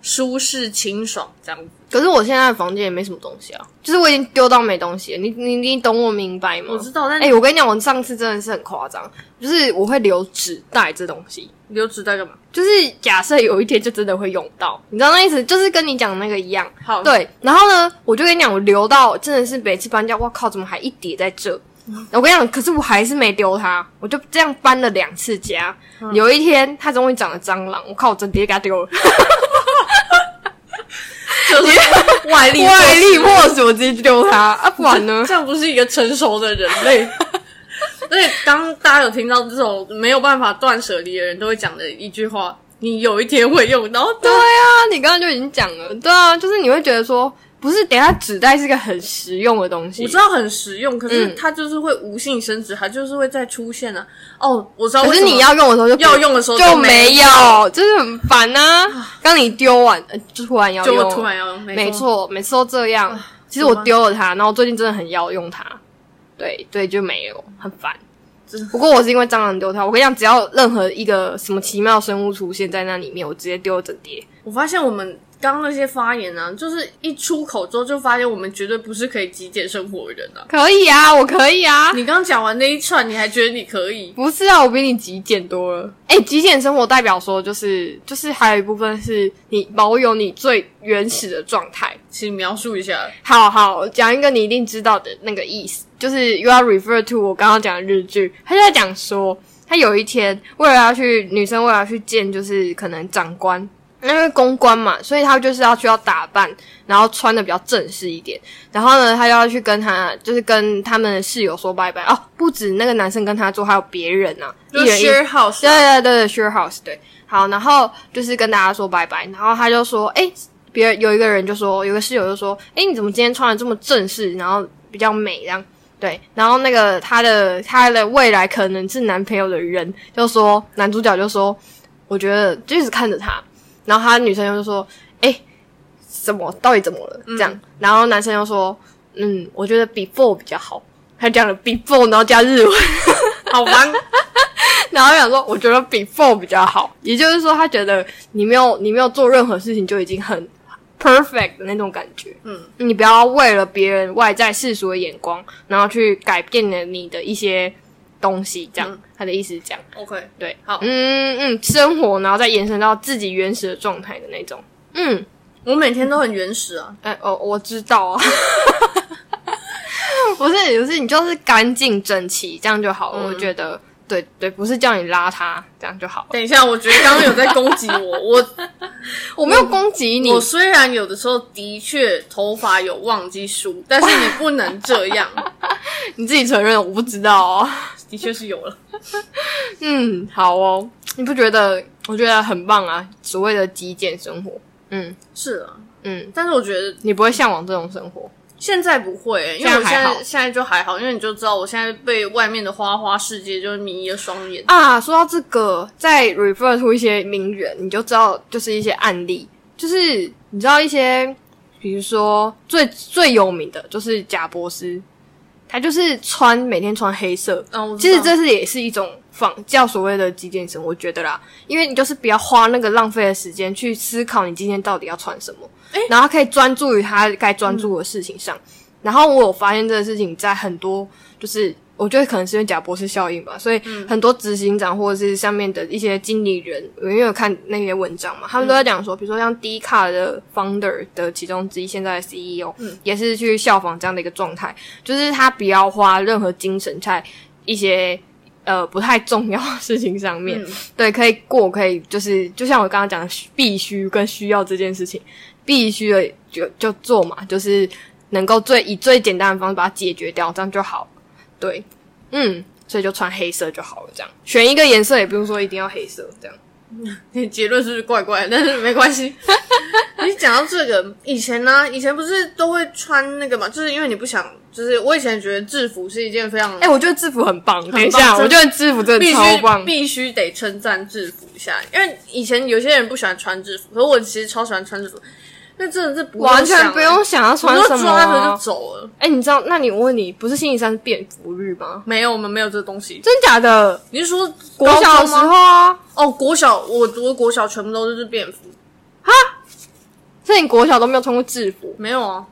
Speaker 2: 舒适清爽这样子。
Speaker 1: 可是我现在的房间也没什么东西啊，就是我已经丢到没东西了。你你你懂我明白吗？
Speaker 2: 我知道，但
Speaker 1: 哎、我跟你讲，我上次真的是很夸张，就是我会留纸袋这东西，
Speaker 2: 留纸袋干嘛？
Speaker 1: 就是假设有一天就真的会用到，你知道那意思？就是跟你讲的那个一样。
Speaker 2: 好，，
Speaker 1: 对，然后呢，我就跟你讲，我留到真的是每次搬家，我靠，怎么还一叠在这？我跟你讲，可是我还是没丢它，我就这样搬了两次家。有一天，它终于长了蟑螂，我靠，我整叠给它丢了，
Speaker 2: 就是外力
Speaker 1: 外力
Speaker 2: 破，
Speaker 1: 迫使我直接丢它啊，不然 呢？
Speaker 2: 这样不是一个成熟的人 类。而且，当大家有听到这种没有办法断舍离的人都会讲的一句话：“你有一天会用到它。”
Speaker 1: 对啊，你刚刚就已经讲了，对啊，就是你会觉得说，不是，等一下纸袋是个很实用的东西，
Speaker 2: 我知道很实用，可是
Speaker 1: 嗯
Speaker 2: 它就是会无性生殖，它就是会再出现啊。哦，我知道
Speaker 1: 可
Speaker 2: 为
Speaker 1: 是
Speaker 2: 什么，
Speaker 1: 你要用的时候就
Speaker 2: 要用的时候
Speaker 1: 就
Speaker 2: 没
Speaker 1: 没，有，就是很烦啊。刚你丢完，呃就突然要
Speaker 2: 就
Speaker 1: 用，
Speaker 2: 会突然要用，啊
Speaker 1: 没
Speaker 2: 没错。
Speaker 1: 错，每次都这样。其实我丢了它，然后我最近真的很要用它，对对，就没有，很烦
Speaker 2: 真。
Speaker 1: 不过我是因为蟑螂丢它，我跟你讲，只要任何一个什么奇妙生物出现在那里面，我直接丢了整叠。
Speaker 2: 我发现我们刚刚那些发言啊，就是一出口之后就发现我们绝对不是可以极简生活的人啊。
Speaker 1: 可以啊，我可以啊。
Speaker 2: 你刚刚讲完那一串，你还觉得你可以？
Speaker 1: 不是啊，我比你极简多了。哎、极简生活代表说就是就是还有一部分是你保有你最原始的状态。
Speaker 2: 请描述 一下。
Speaker 1: 好好，讲一个你一定知道的那个意思，就是 you are refer to 我刚刚讲的日剧，他就在讲说，他有一天为了要去女生为了要去见就是可能长官，因为公关嘛，所以他就是要需要打扮，然后穿的比较正式一点，然后呢，他就要去跟他就是跟他们的室友说拜拜哦，不止那个男生跟他做，还有别人啊，
Speaker 2: 就
Speaker 1: 一人一
Speaker 2: share house，啊
Speaker 1: 对对对对，Share House 对。好，然后就是跟大家说拜拜，然后他就说，哎、别人有一个人就说，有个室友就说，哎、你怎么今天穿的这么正式，然后比较美这样？对，然后那个她的她的未来可能是男朋友的人就说，男主角就说，我觉得就一直看着他，然后他女生就说，哎、怎么到底怎么了？这样，然后男生又说，嗯，我觉得 before 比较好，他讲了 before，然后加日文。
Speaker 2: 好玩。
Speaker 1: 然后我想说，我觉得 before 比较好，也就是说，他觉得你没有你没有做任何事情就已经很 perfect 的那种感觉。
Speaker 2: 嗯，
Speaker 1: 你不要为了别人外在世俗的眼光，然后去改变了你的一些东西。这样，
Speaker 2: 嗯
Speaker 1: 他的意思是这样。
Speaker 2: OK，
Speaker 1: 对，
Speaker 2: 好
Speaker 1: 嗯嗯，生活，然后再延伸到自己原始的状态的那种。嗯，
Speaker 2: 我每天都很原始啊。
Speaker 1: 哎、哦，我知道啊。 不是，不是，你就是干净整齐，这样就好了。我觉得，对对，不是叫你邋遢，这样就好了。
Speaker 2: 等一下，我觉得刚刚有在攻击我，我
Speaker 1: 我没有攻击你，
Speaker 2: 我虽然有的时候的确头发有忘记梳，但是你不能这 样，
Speaker 1: 你自己承认，我不知道哦。
Speaker 2: 的确是有了。
Speaker 1: 嗯，好哦，你不觉得？我觉得很棒啊，所谓的极简生活。嗯
Speaker 2: 是啊，
Speaker 1: 嗯，
Speaker 2: 但是我觉得
Speaker 1: 你不会向往这种生活，
Speaker 2: 现在不会、因为我
Speaker 1: 现在还
Speaker 2: 现在
Speaker 1: 好
Speaker 2: 现在就还好，因为你就知道我现在被外面的花花世界就是迷了双眼。
Speaker 1: 啊，说到这个，再 refer to 一些名人，你就知道就是一些案例，就是你知道一些，比如说最最有名的就是贾博斯，他就是穿每天穿黑色，
Speaker 2: 嗯、我知
Speaker 1: 其
Speaker 2: 道
Speaker 1: 实这是也是一种仿叫所谓的极简生活，我觉得啦，因为你就是不要花那个浪费的时间去思考你今天到底要穿什么，然后可以专注于他该专注的事情上。然后我有发现这个事情在很多就是。我觉得可能是因为贾博士效应吧，所以
Speaker 2: 嗯
Speaker 1: 很多执行长或者是上面的一些经理人，因为有看那些文
Speaker 2: 嗯
Speaker 1: 章嘛，他们都在讲说，比如说像 D 卡的 founder 的其中之一，现在的 CEO，、也
Speaker 2: 嗯
Speaker 1: 是去效仿这样的一个状态，就是他不要花任何精神在一些呃不太重要的事情上面，
Speaker 2: 嗯
Speaker 1: 对，可以过，可以就是就像我刚刚讲的，需必须跟需要这件事情，必须的就就做嘛，就是能够最以最简单的方式把它解决掉，这样就好。对，嗯，所以就穿黑色就好了，这样选一个颜色也不用说一定要黑色，这样
Speaker 2: 你结论是不是怪怪的？但是没关 系。你讲到这个，以前呢、以前不是都会穿那个嘛，就是因为你不想，就是我以前觉得制服是一件非常
Speaker 1: 哎、我觉得制服很棒。等一
Speaker 2: 棒
Speaker 1: 下，
Speaker 2: 真
Speaker 1: 我觉得制服真
Speaker 2: 必
Speaker 1: 的
Speaker 2: 须
Speaker 1: 超棒。
Speaker 2: 必须得称赞制服一下，因为以前有些人不喜欢穿制服，可是我其实超喜欢穿制服，那真的是不
Speaker 1: 完全不用
Speaker 2: 想
Speaker 1: 想要
Speaker 2: 欸，
Speaker 1: 穿什
Speaker 2: 我就
Speaker 1: 么、
Speaker 2: 抓着
Speaker 1: 啊
Speaker 2: 就。走了。
Speaker 1: 哎、你知道？那你我问你，不是星期三是便服日吗？
Speaker 2: 没有，我们没有这东西。
Speaker 1: 真假的？
Speaker 2: 你是说
Speaker 1: 国
Speaker 2: 国
Speaker 1: 小的时候啊，
Speaker 2: 哦，国小我读的国小全部都是便服，
Speaker 1: 所以你国小都没有穿过制服
Speaker 2: 没有啊，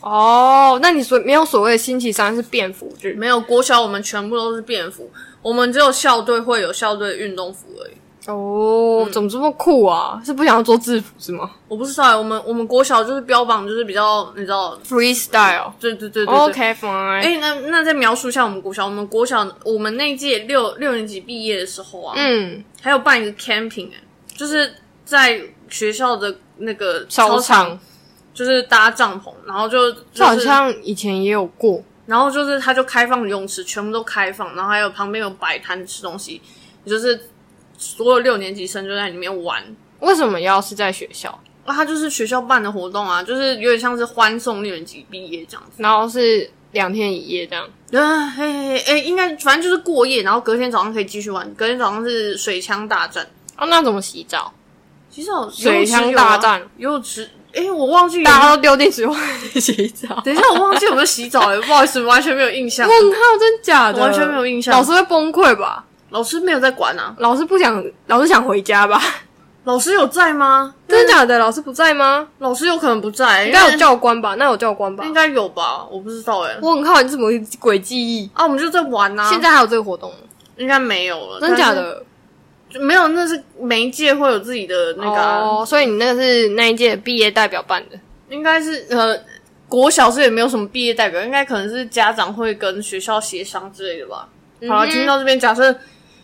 Speaker 1: 哦？那你所没有所谓的星期三是便服日？
Speaker 2: 没有国小我们全部都是便服，我们只有校队会有校队运动服而已。
Speaker 1: 哦，怎么这么酷啊？是不想要做制服是吗
Speaker 2: 我不知道欸，我们我们国小就是标榜就是比较，你知道，
Speaker 1: ？Freestyle。
Speaker 2: 对对对对对
Speaker 1: OK fine。
Speaker 2: 哎、那那再描述一下我们国小，我们国小我们那一届六六年级毕业的时候啊，
Speaker 1: 嗯，
Speaker 2: 还有办一个 camping，、哎，就是在学校的那个
Speaker 1: 操
Speaker 2: 操
Speaker 1: 场，
Speaker 2: 就是搭帐篷，然后就就是
Speaker 1: 这好像以前也有过。
Speaker 2: 然后就是它就开放泳池，全部都开放，然后还有旁边有摆摊吃东西，就是所有六年级生就在里面玩。
Speaker 1: 为什么要是在学校？
Speaker 2: 那、它就是学校办的活动啊，就是有点像是欢送六年级毕业这样子。
Speaker 1: 然后是两天一夜这样？
Speaker 2: 啊，嘿嘿嘿，哎，应该反正就是过夜，然后隔天早上可以继续玩。隔天早上是水枪大战，
Speaker 1: 哦，那怎么洗澡？
Speaker 2: 其实有
Speaker 1: 水枪大战
Speaker 2: 游泳池有啊，游泳池哎、我忘记有没
Speaker 1: 大
Speaker 2: 有。
Speaker 1: 家都丢进水碗里洗 澡？
Speaker 2: 等一下，我忘记有没有洗澡了、 不好意思，完全没有印象。
Speaker 1: 问号，真假的？
Speaker 2: 完全没有印象
Speaker 1: 老师会崩溃吧？
Speaker 2: 老师没有在管啊？
Speaker 1: 老师不想，老师想回家吧？
Speaker 2: 老师有在吗？
Speaker 1: 真假的？老师不在吗？
Speaker 2: 老师有可能不在，
Speaker 1: 应
Speaker 2: 应
Speaker 1: 该有教官吧？那有教官吧
Speaker 2: 应？该有吧？我不知道哎、
Speaker 1: 问号，你怎么鬼记忆？
Speaker 2: 啊，我们就在玩啊。
Speaker 1: 现在还有这个活动吗？
Speaker 2: 应该没有了，
Speaker 1: 真假？的？
Speaker 2: 就没有，那是媒介会有自己的那个啊、
Speaker 1: 哦，所以你那个是那一届毕业代表办的。
Speaker 2: 应该是呃，国小是也没有什么毕业代表，应该可能是家长会跟学校协商之类的吧。
Speaker 1: 嗯
Speaker 2: 好了，听到这边，假设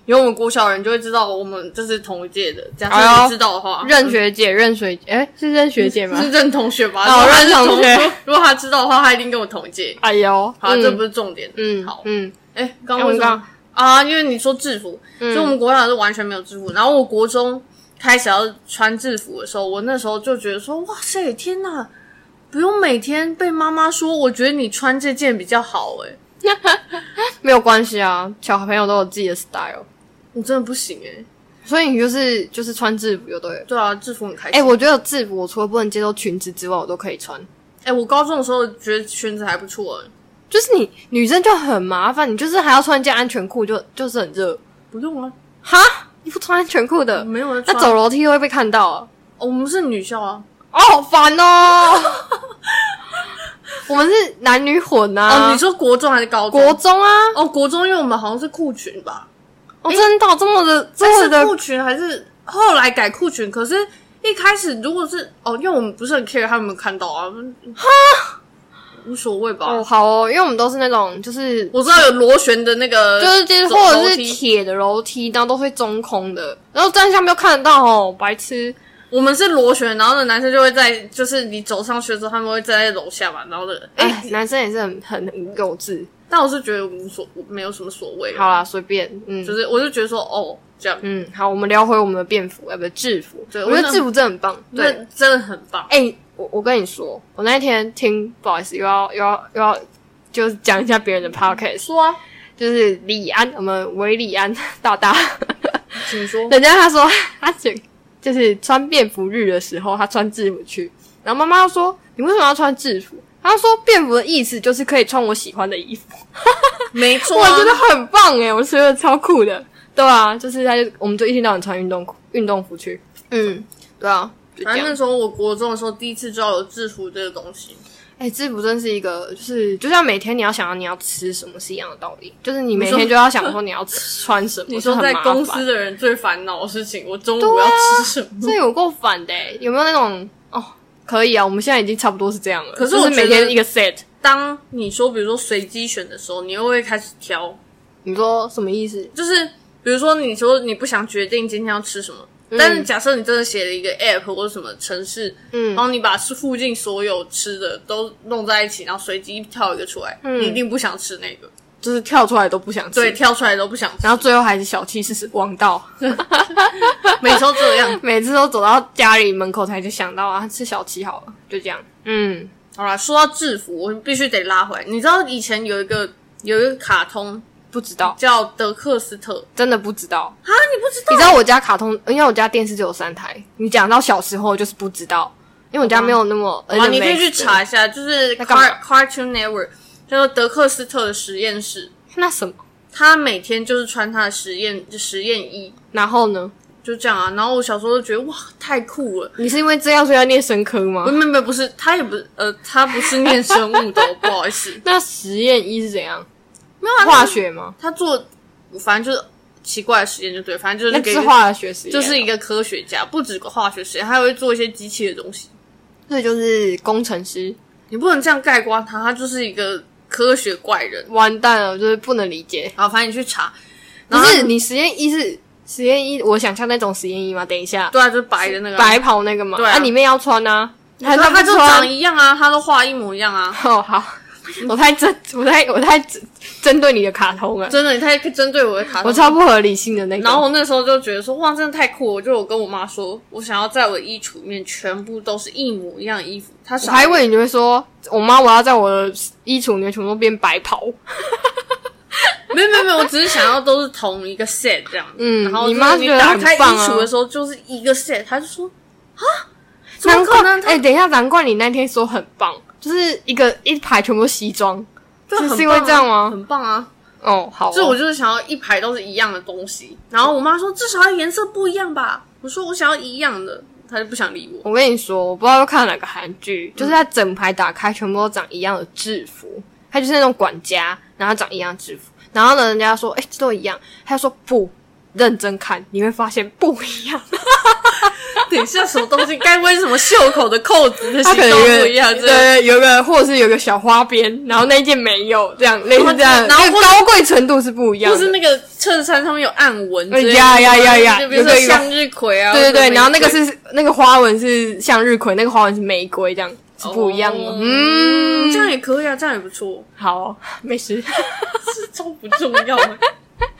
Speaker 2: 有我们国小人就会知道我们这是同一届的。假
Speaker 1: 哎
Speaker 2: 设
Speaker 1: 呦
Speaker 2: 你知道的话，嗯
Speaker 1: 任学姐，任水，哎，是任学姐吗？
Speaker 2: 是任同学吧？
Speaker 1: 哦
Speaker 2: 如果他是
Speaker 1: 任同学
Speaker 2: 学，如果他知道的话，他一定跟我同一届。
Speaker 1: 哎呦，
Speaker 2: 好，
Speaker 1: 嗯
Speaker 2: 这不是重点。
Speaker 1: 嗯，
Speaker 2: 好，
Speaker 1: 嗯，
Speaker 2: 哎，刚
Speaker 1: 哎
Speaker 2: 刚
Speaker 1: 我
Speaker 2: 为
Speaker 1: 们
Speaker 2: 什么
Speaker 1: 刚
Speaker 2: 啊？因为你说制服，
Speaker 1: 嗯
Speaker 2: 所以我们国小是完全没有制服。然后我国中开始要穿制服的时候，我那时候就觉得说，哇塞，天哪！不用每天被妈妈说，我觉得你穿这件比较好哎、
Speaker 1: 没有关系啊，小朋友都有自己的 style，
Speaker 2: 我真的不行哎、
Speaker 1: 所以你就是就是穿制服就对了。
Speaker 2: 对啊，制服很开心。
Speaker 1: 哎、
Speaker 2: 哎、我
Speaker 1: 我觉得制服我除了不能接受裙子之外，我都可以穿。
Speaker 2: 哎我高中的时候觉得裙子还不错、欸，
Speaker 1: 就是你女生就很麻烦，你就是还要穿一件安全裤，就就是很热。
Speaker 2: 不用啊，
Speaker 1: 哈，你不穿安全裤的，
Speaker 2: 没有人
Speaker 1: 那
Speaker 2: 穿。
Speaker 1: 走楼梯会被看到啊！
Speaker 2: 哦我们是女校啊，
Speaker 1: 哦，好烦哦。 我们是男女混啊，
Speaker 2: 哦，你说国中还是高中？
Speaker 1: 国中啊，
Speaker 2: 哦，国中，因为我们好像是裤裙吧，
Speaker 1: 哦，真的哦这么的这
Speaker 2: 但
Speaker 1: 么
Speaker 2: 是
Speaker 1: 的
Speaker 2: 裤裙还是后来改裤裙，可是一开始如果是哦，因为我们不是很 care 他有没有看到啊，哈，无所谓吧。
Speaker 1: 哦，好哦，因为我们都是那种就是
Speaker 2: 我知道有螺旋的那个，
Speaker 1: 就是就是
Speaker 2: 走
Speaker 1: 或者
Speaker 2: 楼
Speaker 1: 是
Speaker 2: 梯
Speaker 1: 铁的楼梯，然后都会中空的，然后站下面就看得到哦，白痴。
Speaker 2: 我们是螺旋，然后呢，男生就会在，就是你走上去的时候，他们会站在楼下嘛，然后的，哎、
Speaker 1: 哎，男生也是很很幼稚。
Speaker 2: 但我是觉得无所没有什么所谓，
Speaker 1: 好，啦，随便，嗯
Speaker 2: 就是我就觉得说，哦，这样，
Speaker 1: 嗯，好，我们聊回我们的便服，呃，不是制服。
Speaker 2: 对
Speaker 1: 我觉
Speaker 2: 我那
Speaker 1: 得制服真的很棒。
Speaker 2: 那
Speaker 1: 对，
Speaker 2: 真的很棒。
Speaker 1: 哎，我我跟你说，我那天听，不好意思，又要又要又要，就是讲一下别人的 podcast，
Speaker 2: 说啊，
Speaker 1: 就是李安，我们韦礼安大 大，
Speaker 2: 请说，
Speaker 1: 人家他说他整就是穿便服日的时候，他穿制服去，然后妈妈说：“你为什么要穿制服？”他说：“便服的意思就是可以穿我喜欢的衣服。
Speaker 2: 没错、
Speaker 1: 我
Speaker 2: 啊，
Speaker 1: 觉得很棒诶，我觉得超酷的。对啊，就是他就我们就一天到晚穿运动裤、运动服去。嗯，对啊，就这
Speaker 2: 反正
Speaker 1: 样
Speaker 2: 那。时候我国中的时候，第一次知道有制服这个东西。
Speaker 1: 哎、制服真是一个，就是就像每天你要想要你要吃什么是一样的道理，就是你每
Speaker 2: 你
Speaker 1: 天
Speaker 2: 说
Speaker 1: 就要想说你要吃穿什么，
Speaker 2: 你说
Speaker 1: 就
Speaker 2: 在
Speaker 1: 很麻
Speaker 2: 公
Speaker 1: 烦
Speaker 2: 司的人最烦恼的事情，我中
Speaker 1: 啊
Speaker 2: 午要吃什么？
Speaker 1: 这有够烦的欸，有没有那种哦？可以啊，我们现在已经差不多是这样了。
Speaker 2: 可是
Speaker 1: 就
Speaker 2: 我
Speaker 1: 是
Speaker 2: 觉得
Speaker 1: 每天一个 set，
Speaker 2: 当你说比如说随机选的时候，你又会开始挑，
Speaker 1: 你说什么意思？
Speaker 2: 就是比如说你说你不想决定今天要吃什么，但是假设你真的写了一个 app 或者什么城市，
Speaker 1: 嗯
Speaker 2: 然后你把是附
Speaker 1: 嗯
Speaker 2: 近所有吃的都弄在一起，然后随机挑一个出来，你一定不想吃那个。
Speaker 1: 就是跳出来都不想吃，
Speaker 2: 对，，跳出来都不想吃，
Speaker 1: 然后最后还是小气是王道，
Speaker 2: 每次都这样。
Speaker 1: 每次都走到家里门口才就想到啊，吃小七好了，就这样。嗯，
Speaker 2: 好啦，说到制服，我们必须得拉回来。你知道以前有一个有一个卡通
Speaker 1: 不知道，
Speaker 2: 叫德克斯特
Speaker 1: 真的不知道。
Speaker 2: 啊，你不知道？
Speaker 1: 你知道我家卡通，因为我家电视只有三台。你讲到小时候就是不知道，因为我家没有那么。
Speaker 2: 啊，你可以去查一下，就是
Speaker 1: 那干嘛
Speaker 2: Car Cartoon Network，叫做德克斯特的实验室。
Speaker 1: 那什么？
Speaker 2: 他每天就是穿他的实验实验衣，
Speaker 1: 然后呢？
Speaker 2: 就这样啊。然后我小时候就觉得哇，太酷了。
Speaker 1: 你是因为这样所以要念生科吗
Speaker 2: 不？没没不是，他也不是呃，他不是念生物的哦， 不好意思。
Speaker 1: 那实验一是怎样？
Speaker 2: 没有啊，
Speaker 1: 化学吗？
Speaker 2: 他做，反正就是奇怪的实验就对，反正就
Speaker 1: 那
Speaker 2: 是
Speaker 1: 不
Speaker 2: 给
Speaker 1: 是化学实验，啊
Speaker 2: 就是一个科学家，不止化学实验，他还会做一些机器的东西。
Speaker 1: 所以就是工程师。
Speaker 2: 你不能这样盖棺他，他就是一个科学怪人。
Speaker 1: 完蛋了，就是不能理解。
Speaker 2: 好，反正你去查，
Speaker 1: 不
Speaker 2: 然后
Speaker 1: 是你实验一是实验一，我想象那种实验一吗？等一下，
Speaker 2: 对啊，就是白的那个啊，
Speaker 1: 白袍那个嘛，
Speaker 2: 对啊
Speaker 1: 啊里面要穿啊，还
Speaker 2: 对啊，他
Speaker 1: 不
Speaker 2: 就
Speaker 1: 穿
Speaker 2: 长一样啊，他都画一模一样啊。
Speaker 1: 哦，好， 我太针，我太我太针针对你的卡通了，啊
Speaker 2: 真的，你太针对我的卡通
Speaker 1: 我超不合理性的那个。
Speaker 2: 然后我那时候就觉得说，哇，真的太酷了！我就我跟我妈说，我想要在我的衣橱里面全部都是一模一样的衣服。她
Speaker 1: 我
Speaker 2: 傻
Speaker 1: 还以为你会说，我妈我要在我的衣橱里面全部都变白袍。
Speaker 2: 没有没有没有，我只是想要都是同一个 set 这样。
Speaker 1: 嗯
Speaker 2: 然后
Speaker 1: 你
Speaker 2: 就是
Speaker 1: 妈
Speaker 2: 你
Speaker 1: 觉得
Speaker 2: 打
Speaker 1: 很
Speaker 2: 开衣
Speaker 1: 棒啊
Speaker 2: 橱的时候就是一个 set，她就说啊，怎
Speaker 1: 难
Speaker 2: 么
Speaker 1: 怪
Speaker 2: 可，能？她
Speaker 1: 哎、等一下，难怪你那天说很棒，就是一个一排全部西装。
Speaker 2: 对
Speaker 1: 是
Speaker 2: 很
Speaker 1: 是因为
Speaker 2: 棒啊
Speaker 1: 这样吗
Speaker 2: 很棒啊！
Speaker 1: 哦，好哦
Speaker 2: 所以我就是想要一排都是一样的东西。然后我妈说，至少要颜色不一样吧。我说我想要一样的，她就不想理我。
Speaker 1: 我跟你说，我不知道又看了哪个韩剧，就是它整排打开，全部都长一样的制服，它就是那种管家，然后长一样的制服，然后呢，人家说，哎、这都一样，他就说不，认真看，你会发现不一样，
Speaker 2: 等一下什么东西？该不会是什么袖口的扣子的形状不一样？
Speaker 1: 对
Speaker 2: 之类的
Speaker 1: 对，有个或者是有个小花边，然后那一件没有，这样类似这样，
Speaker 2: 然后
Speaker 1: 那个
Speaker 2: 或者
Speaker 1: 高贵程度是不一样
Speaker 2: 就
Speaker 1: 的，
Speaker 2: 是那个衬衫上面有暗纹之类的，
Speaker 1: 呀呀呀呀
Speaker 2: 就比如说
Speaker 1: 有个有个
Speaker 2: 向日葵啊，
Speaker 1: 对对
Speaker 2: 或者
Speaker 1: 对，
Speaker 2: 玫
Speaker 1: 然后那个
Speaker 2: 瑰
Speaker 1: 是那个花纹是向日葵，那个花纹是玫瑰，这样是不一样的，
Speaker 2: 哦
Speaker 1: 嗯，
Speaker 2: 这样也可以啊，这样也不错，
Speaker 1: 好哦，没 事。
Speaker 2: 这超不重要的。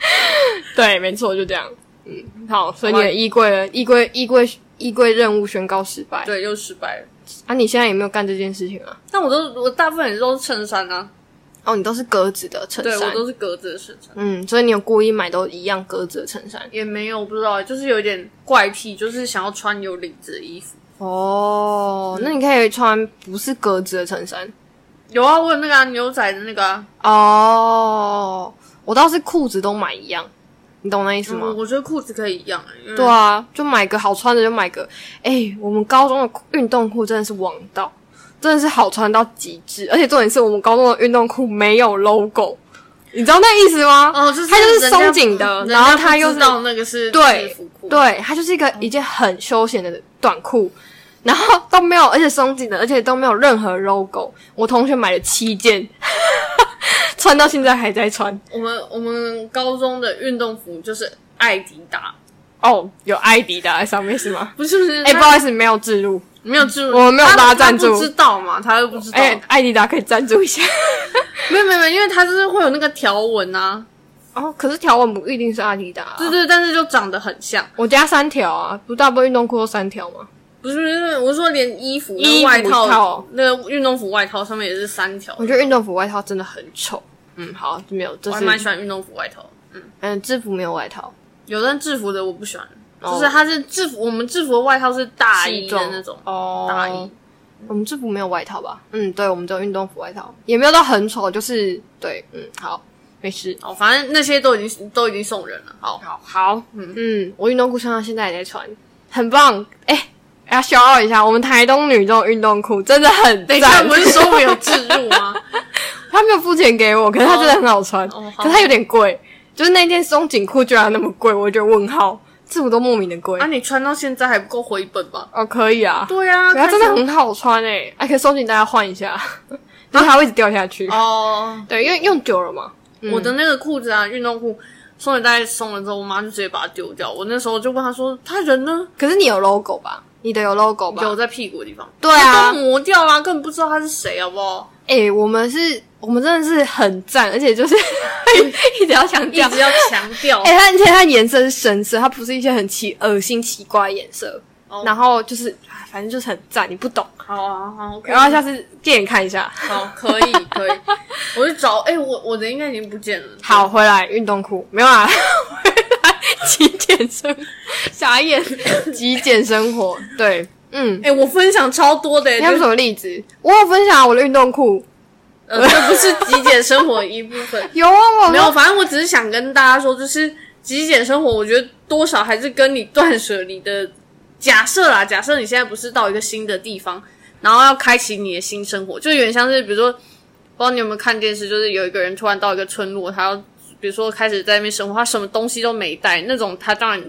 Speaker 1: 对，没错，就这样。嗯，好，所以你
Speaker 2: 好
Speaker 1: 的
Speaker 2: 吧
Speaker 1: 衣柜呢衣柜衣柜衣柜任务宣告失败。
Speaker 2: 对，又失败了。
Speaker 1: 啊，你现在有没有干这件事情啊？
Speaker 2: 但我都我大部分也都是衬衫啊，
Speaker 1: 哦，你都是格子的衬
Speaker 2: 对我
Speaker 1: 衫，
Speaker 2: 都是格子的衬衫，
Speaker 1: 嗯，所以你有故意买都一样格子的衬衫。
Speaker 2: 也没有不知道，就是有点怪癖，就是想要穿有领子的衣服。
Speaker 1: 哦，那你可以穿不是格子的衬衫。
Speaker 2: 有啊，我有那个、啊、牛仔的那个啊，
Speaker 1: 哦，我倒是裤子都买一样，你懂那意思吗？
Speaker 2: 嗯我觉得裤子可以一样、欸，因为
Speaker 1: 对啊，就买个好穿的，就买个。哎、我们高中的裤运动裤真的是王道，真的是好穿到极致。而且重点是我们高中的运动裤没有 logo，你知道那意思吗？
Speaker 2: 哦，就是
Speaker 1: 它就是
Speaker 2: 人家
Speaker 1: 松紧的
Speaker 2: 人
Speaker 1: 然后
Speaker 2: 家不
Speaker 1: 它又是
Speaker 2: 知道那个是
Speaker 1: 对
Speaker 2: 制服裤，
Speaker 1: 对，它就是一个一件很休闲的短裤，然后都没有，而且松紧的，而且都没有任何 logo。我同学买了七件， 穿到现在还在穿。
Speaker 2: 我们我们高中的运动服就是艾迪达，
Speaker 1: 哦，有艾迪达在上面是吗？
Speaker 2: 不是不是，
Speaker 1: 哎、
Speaker 2: 他
Speaker 1: 不好意思，没有置入。
Speaker 2: 没有注，
Speaker 1: 我没有
Speaker 2: 他
Speaker 1: 帮他赞助
Speaker 2: 他不知道嘛，他又不知道，
Speaker 1: 哎、艾迪达可以赞助一下。
Speaker 2: 没有没有没有，因为他就是会有那个条纹啊，
Speaker 1: 哦，可是条纹不一定是阿迪达、啊。
Speaker 2: 对对，但是就长得很像，
Speaker 1: 我家三条啊，不大部分运动裤都三条吗？
Speaker 2: 不是不是，我是说连衣服、
Speaker 1: 衣服
Speaker 2: 那个外
Speaker 1: 套
Speaker 2: 套、那个运动服外套上面也是三条
Speaker 1: 我，觉得运动服外套真的很丑。嗯，好，没有，就
Speaker 2: 我还
Speaker 1: 是
Speaker 2: 蛮喜欢运动服外套，嗯，
Speaker 1: 嗯，制服没有外套，
Speaker 2: 有但制服的我不喜欢，
Speaker 1: 哦
Speaker 2: 就是它是制服，我们制服的外套是大
Speaker 1: 西
Speaker 2: 衣的
Speaker 1: 装
Speaker 2: 那种，
Speaker 1: 哦，
Speaker 2: 大衣。
Speaker 1: 我们制服没有外套吧？嗯，对，我们只有运动服外套，也没有到很丑，就是对，嗯，好，没事。
Speaker 2: 哦，反正那些都已经都已经送人了，好，
Speaker 1: 好，好，嗯嗯，我运动裤穿到现在也在穿，很棒。哎、要骄傲一下，我们台东女这种运动裤真的很
Speaker 2: 等一下
Speaker 1: 赞
Speaker 2: 不。是说我有置入吗？
Speaker 1: 他没有付钱给我，可是他真的很好穿，
Speaker 2: 哦哦好
Speaker 1: 可是它有点贵，就是那件松紧裤居然那么贵，我觉得问号，制服都莫名的贵。
Speaker 2: 啊，你穿到现在还不够回本吧？
Speaker 1: 哦，可以啊，
Speaker 2: 对啊，
Speaker 1: 可它
Speaker 2: 看
Speaker 1: 真
Speaker 2: 起
Speaker 1: 的
Speaker 2: 来
Speaker 1: 很好穿诶、欸，哎、可以松紧大家换一下， 就是它会一直掉下去。
Speaker 2: 哦。
Speaker 1: 对，因为用久了嘛。
Speaker 2: 我的那个裤子啊，运动裤，松了大概松了之后，我妈就直接把它丢掉。我那时候就问她说：“她人呢
Speaker 1: 可是你有 logo 吧？？”你的有 logo 吧？
Speaker 2: 有在屁股的地方，
Speaker 1: 对啊
Speaker 2: 都磨掉啦，根本不知道他是谁，好不好？
Speaker 1: 哎、我们是，我们真的是很赞，而且就是 一直要强
Speaker 2: 一
Speaker 1: 调，
Speaker 2: 直要强调
Speaker 1: 哎、，它而且它颜色是深色，它不是一些很奇恶心奇怪的颜色。
Speaker 2: 哦
Speaker 1: 然后就是，哎反正就是很赞，你不懂。
Speaker 2: 好啊，好，OK，
Speaker 1: 然后下次借你看一下。
Speaker 2: 好，可以，可以，我去找，哎，我我的应该已经不见了，
Speaker 1: 好，回来运动裤没有啦，回来 极简生活，傻眼，极简生活。对，嗯，
Speaker 2: 哎、我分享超多的、
Speaker 1: 你
Speaker 2: 欸，
Speaker 1: 还有
Speaker 2: 就
Speaker 1: 什
Speaker 2: 是
Speaker 1: 么例子？我有分享我的运动裤，。
Speaker 2: 呃，这不是极简生活的一部 分
Speaker 1: 有啊，我
Speaker 2: 没有，反正我只是想跟大家说，就是极简生活，我觉得多少还是跟你断舍离的假设啦。假设你现在不是到一个新的地方，然后要开启你的新生活，就有点像是比如说，不知道你有没有看电视，就是有一个人突然到一个村落，他要比如说开始在那边生活，他什么东西都没带，那种他当然。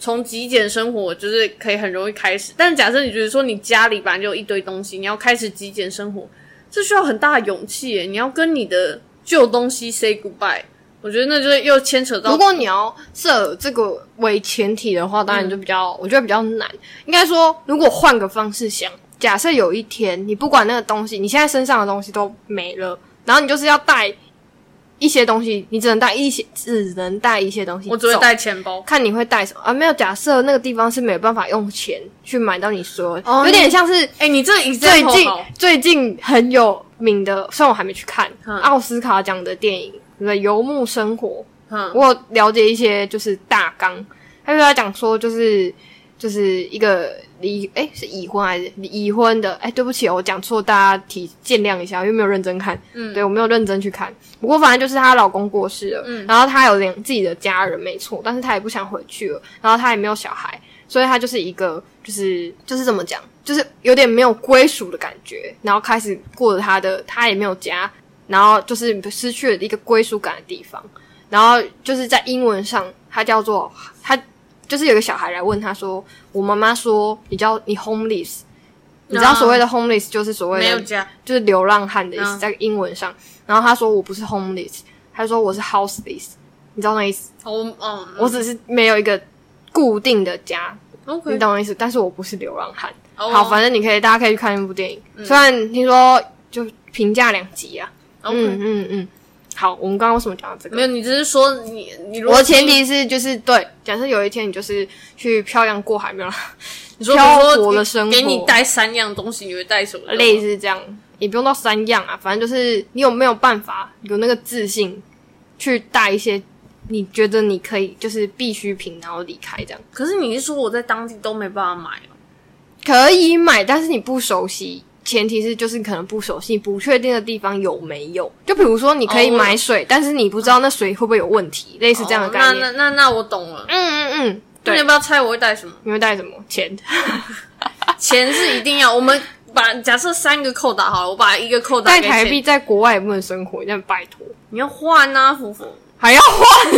Speaker 2: 从极简生活就是可以很容易开始，但假设你觉得说你家里本来就有一堆东西，你要开始极简生活，这需要很大的勇气耶！你要跟你的旧东 西 say goodbye，我觉得那就是又牵扯到
Speaker 1: 如果你要设这个为前提的话，当然就比较，
Speaker 2: 嗯
Speaker 1: 我觉得比较难。应该说，如果换个方式想，假设有一天你不管那个东西，你现在身上的东西都没了，然后你就是要带一些东西，你只能带一些，只能带一些东西走。
Speaker 2: 我只会带钱包，
Speaker 1: 看你会带什么啊？没有，假设那个地方是没有办法用钱去买到你说，
Speaker 2: 哦
Speaker 1: 有点像是
Speaker 2: 哎、你这个
Speaker 1: 最
Speaker 2: example
Speaker 1: 近
Speaker 2: 好
Speaker 1: 最近很有名的，虽然我还没去看、
Speaker 2: 嗯
Speaker 1: 奥斯卡奖的电影，对不对？游牧生活，
Speaker 2: 嗯，
Speaker 1: 我有了解一些就是大纲，他就在讲说就是就是一个离哎、是已婚还是已婚的哎、对不起哦、我讲错，大家体见谅一下，因为没有认真看，
Speaker 2: 嗯
Speaker 1: 对我没有认真去看。不过反正就是她老公过世了，嗯，然后她有两自己的家人没错，但是她也不想回去了，然后她也没有小孩，所以她就是一个就是就是怎么讲，就是有点没有归属的感觉，然后开始过着她的她也没有家，然后就是失去了一个归属感的地方。然后就是在英文上，它叫做它就是有一个小孩来问他说：“我妈妈说你叫你 homeless，你知道所谓的 homeless 就是所谓
Speaker 2: 没有
Speaker 1: 的
Speaker 2: 家，
Speaker 1: 就是流浪汉的意思，
Speaker 2: 嗯
Speaker 1: 在英文上。”然后他说：“我不是 homeless，他说我是 houseless，你知道那意思？
Speaker 2: 我嗯，
Speaker 1: 我只是没有一个固定的家，
Speaker 2: OK，
Speaker 1: 你懂我意思？但是我不是流浪汉。
Speaker 2: 哦嗯
Speaker 1: 好，反正你可以，大家可以去看那部电影。虽然听说就评价两极啊，
Speaker 2: OK，、
Speaker 1: 嗯嗯嗯。好，我们刚刚为什么讲到这个
Speaker 2: 没？有，你只是说你你如
Speaker 1: 我
Speaker 2: 果
Speaker 1: 的前提是就是对，假设有一天你就是去漂洋过海，没有啦，
Speaker 2: 你说
Speaker 1: 漂
Speaker 2: 比如
Speaker 1: 泊
Speaker 2: 说
Speaker 1: 的生活
Speaker 2: 给你带三样东西，你会带什么？
Speaker 1: 类似这样，也不用到三样啊，反正就是你有没有办法有那个自信去带一些你觉得你可以就是必需品，然后离开这样。
Speaker 2: 可是你是说我在当地都没办法买哦
Speaker 1: 可以买，但是你不熟悉，前提是就是可能不熟悉，不确定的地方有没有。就比如说你可以
Speaker 2: 哦我
Speaker 1: 买水，但是你不知道那水会不会有问题，类似这样的
Speaker 2: 哦
Speaker 1: 概
Speaker 2: 那
Speaker 1: 念。
Speaker 2: 那那那我懂了。
Speaker 1: 嗯嗯嗯，
Speaker 2: 那
Speaker 1: 对
Speaker 2: 你要。不要猜我会带什么？
Speaker 1: 你会带什么 钱？
Speaker 2: 钱是一定要，我们把假设三个扣打好了，我把一个扣打
Speaker 1: 带
Speaker 2: 给
Speaker 1: 台
Speaker 2: 钱
Speaker 1: 币，在国外也不能生活，那拜托。
Speaker 2: 你要换啊，福福。
Speaker 1: 还要 换？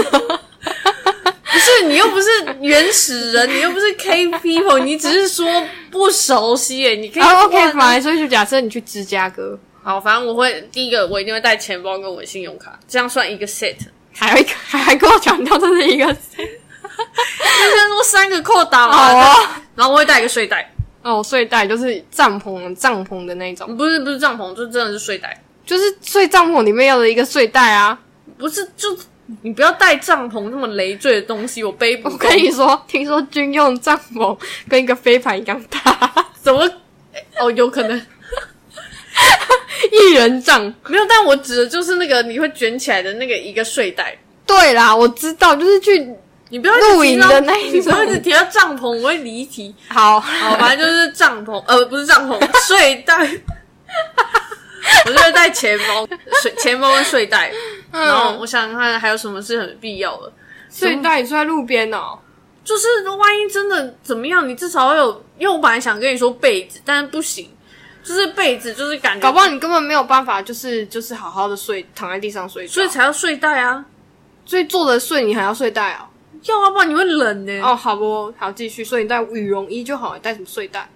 Speaker 2: 不是你又不是原 始人，你又不是 K people，你只是说不熟悉耶。你可以
Speaker 1: 啊，OK，
Speaker 2: 换啊
Speaker 1: 反正所以就假设你去芝加哥，
Speaker 2: 好，反正我会第一个，我一定会带钱包跟我的信用卡，这样算一个 set。
Speaker 1: 还有一个 还还跟我强调这是一个
Speaker 2: 但是说三个扣打
Speaker 1: 好
Speaker 2: 嘛，
Speaker 1: 啊
Speaker 2: 然后我会带一个睡袋，
Speaker 1: 哦，睡袋就是帐篷帐篷的那种，
Speaker 2: 不是不是帐篷，就真的是睡袋，
Speaker 1: 就是睡帐篷里面要的一个睡袋啊。
Speaker 2: 不是就你不要带帐篷那么累赘的东西，我背不
Speaker 1: 我
Speaker 2: 动
Speaker 1: 跟你 说，听说军用帐篷跟一个飞盘一样大，
Speaker 2: 怎么？哎哦，有可能
Speaker 1: 一人帐。
Speaker 2: 没有，但我指的就是那个你会卷起来的那个一个睡袋。
Speaker 1: 对啦，我知道，就是去
Speaker 2: 你不要一直
Speaker 1: 露
Speaker 2: 提
Speaker 1: 营
Speaker 2: 到
Speaker 1: 的那一
Speaker 2: 你不要
Speaker 1: 种
Speaker 2: 一直提到帐篷，我会离题。
Speaker 1: 好，
Speaker 2: 好，反正就是帐篷，呃，不是 帐篷，睡袋。我就会带钱包、睡钱包跟睡袋，
Speaker 1: 嗯
Speaker 2: 然后我想想看还有什么是很必要的。
Speaker 1: 睡袋你睡在路边哦。
Speaker 2: 就是万一真的怎么样，你至少要有，因为我本来想跟你说被子，但是不行，就是被子就是感觉，
Speaker 1: 搞不好你根本没有办法，就是就是好好的睡，躺在地上睡觉。
Speaker 2: 所以才要睡袋啊，
Speaker 1: 所以坐着睡你还要睡袋哦。
Speaker 2: 要啊不然你会冷呢、
Speaker 1: 哦，好不，好继续。所以你带羽绒衣就好，你带什么睡袋？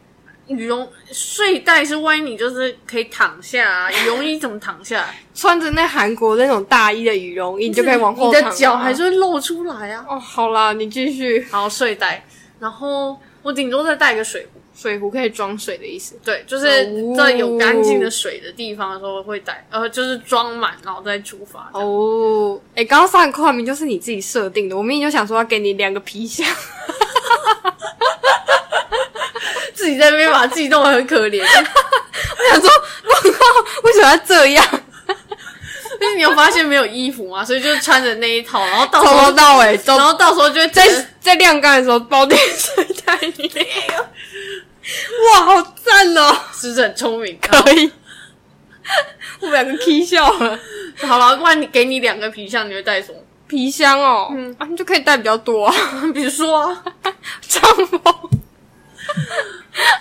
Speaker 2: 羽绒睡袋是万一你就是可以躺 下啊，羽绒衣怎么躺下来？
Speaker 1: 穿着那韩国那种大衣的羽绒衣，你就可以往后
Speaker 2: 你
Speaker 1: 躺
Speaker 2: 的
Speaker 1: 了
Speaker 2: 脚还是会露出来啊。
Speaker 1: 哦，好啦，你继续。
Speaker 2: 好，睡袋，然后我顶多再带一个水壶，
Speaker 1: 水壶可以装水的意思。
Speaker 2: 对，就是在有干净的水的地方的时候会带，呃，就是装满然后再出发。哦，
Speaker 1: 哦，哎、刚刚上课名就是你自己设定的，我明明就想说要给你两个皮箱，
Speaker 2: 自己在那边把自己弄得很可怜。
Speaker 1: 我想说我靠，为什么要这样？
Speaker 2: 但是你有发现没有衣服嘛？所以就穿着那一套，然后到时
Speaker 1: 从头
Speaker 2: 候，
Speaker 1: 到尾都
Speaker 2: 然后到时候就会
Speaker 1: 在
Speaker 2: 在
Speaker 1: 在晾干的时候包点水在里面，哇，好赞哦！
Speaker 2: 是很聪明。
Speaker 1: 可以，我们两个 K 笑了。
Speaker 2: 好了，不然你给你两个皮箱，你会带什么？
Speaker 1: 皮箱哦，
Speaker 2: 嗯
Speaker 1: 啊，你就可以带比较多、啊，
Speaker 2: 比如说、啊，
Speaker 1: 帐篷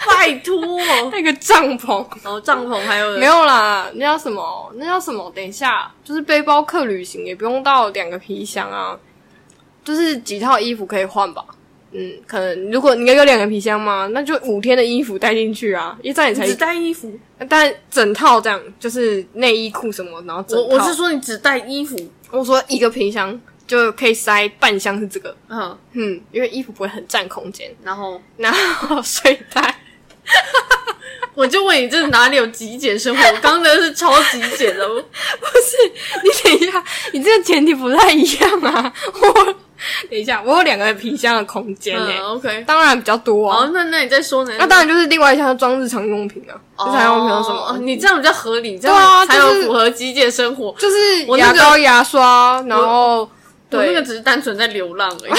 Speaker 2: 拜托，
Speaker 1: 那个帐篷
Speaker 2: 然后帐篷还有
Speaker 1: 没有啦，那叫什么？那叫什么？等一下，就是背包客旅行也不用到两个皮箱啊，就是几套衣服可以换吧。嗯，可能如果你有两个皮箱嘛，那就五天的衣服带进去啊，因为这样你才
Speaker 2: 只带衣服？
Speaker 1: 但整套这样，就是内衣裤什么，然后整
Speaker 2: 我
Speaker 1: 套。
Speaker 2: 我是说你只带衣服，
Speaker 1: 我说一个皮箱就可以塞半箱是这个，
Speaker 2: 嗯，
Speaker 1: 嗯，因为衣服不会很占空间，
Speaker 2: 然后
Speaker 1: 然后 睡袋，
Speaker 2: 我就问你这哪里有极简生活？我刚刚那是超极 简的，
Speaker 1: 你等一下，你这个前提不太一样啊。 我等一下，我有两个皮箱的空间呢、
Speaker 2: 嗯，OK。哦
Speaker 1: 当然比较多
Speaker 2: 好
Speaker 1: 啊。，
Speaker 2: 那那你再说呢？
Speaker 1: 那当然就是另外一箱装日常用品啊，日常用品有什么？
Speaker 2: 哦你这样比较合理，这
Speaker 1: 对啊
Speaker 2: 样才有
Speaker 1: 就是
Speaker 2: 符合极简生活。
Speaker 1: 就是
Speaker 2: 我那
Speaker 1: 牙
Speaker 2: 个
Speaker 1: 膏、牙刷，然后
Speaker 2: 我那
Speaker 1: 对哦
Speaker 2: 个，只是单纯在流浪而已。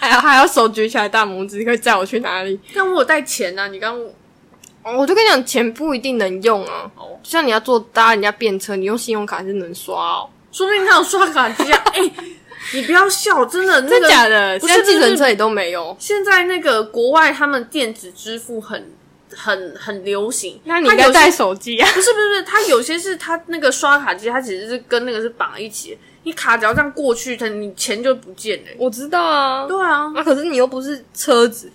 Speaker 1: 还有还有手举起来大拇指，可以载我去哪里？
Speaker 2: 但我有带钱啊，你刚
Speaker 1: 哦我就跟你讲，钱不一定能用啊。
Speaker 2: 哦，
Speaker 1: 就像你要坐搭人家便车，你用信用卡是能刷哦，
Speaker 2: 说不定他有刷卡机啊。哎，你不要笑，真的，那
Speaker 1: 真
Speaker 2: 个
Speaker 1: 假的？
Speaker 2: 不
Speaker 1: 现
Speaker 2: 是
Speaker 1: 在计
Speaker 2: 就是
Speaker 1: 程车也都没有。
Speaker 2: 现在那个国外他们电子支付很很很流行，
Speaker 1: 那你
Speaker 2: 它
Speaker 1: 应该
Speaker 2: 有些
Speaker 1: 带手机啊？
Speaker 2: 不是不是不是，它有些是它那个刷卡机，它其实是跟那个是绑一起的，你卡只要这样过去，它你钱就不见了、
Speaker 1: 我知道啊，
Speaker 2: 对啊，
Speaker 1: 啊，可是你又不是车子，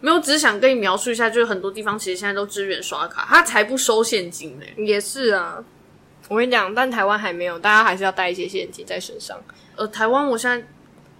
Speaker 2: 没有，只是想跟你描述一下，就是很多地方其实现在都支援刷卡，它才不收现金呢、
Speaker 1: 也是啊。我跟你讲，但台湾还没有，大家还是要带一些现金在身上，
Speaker 2: 呃，台湾我现在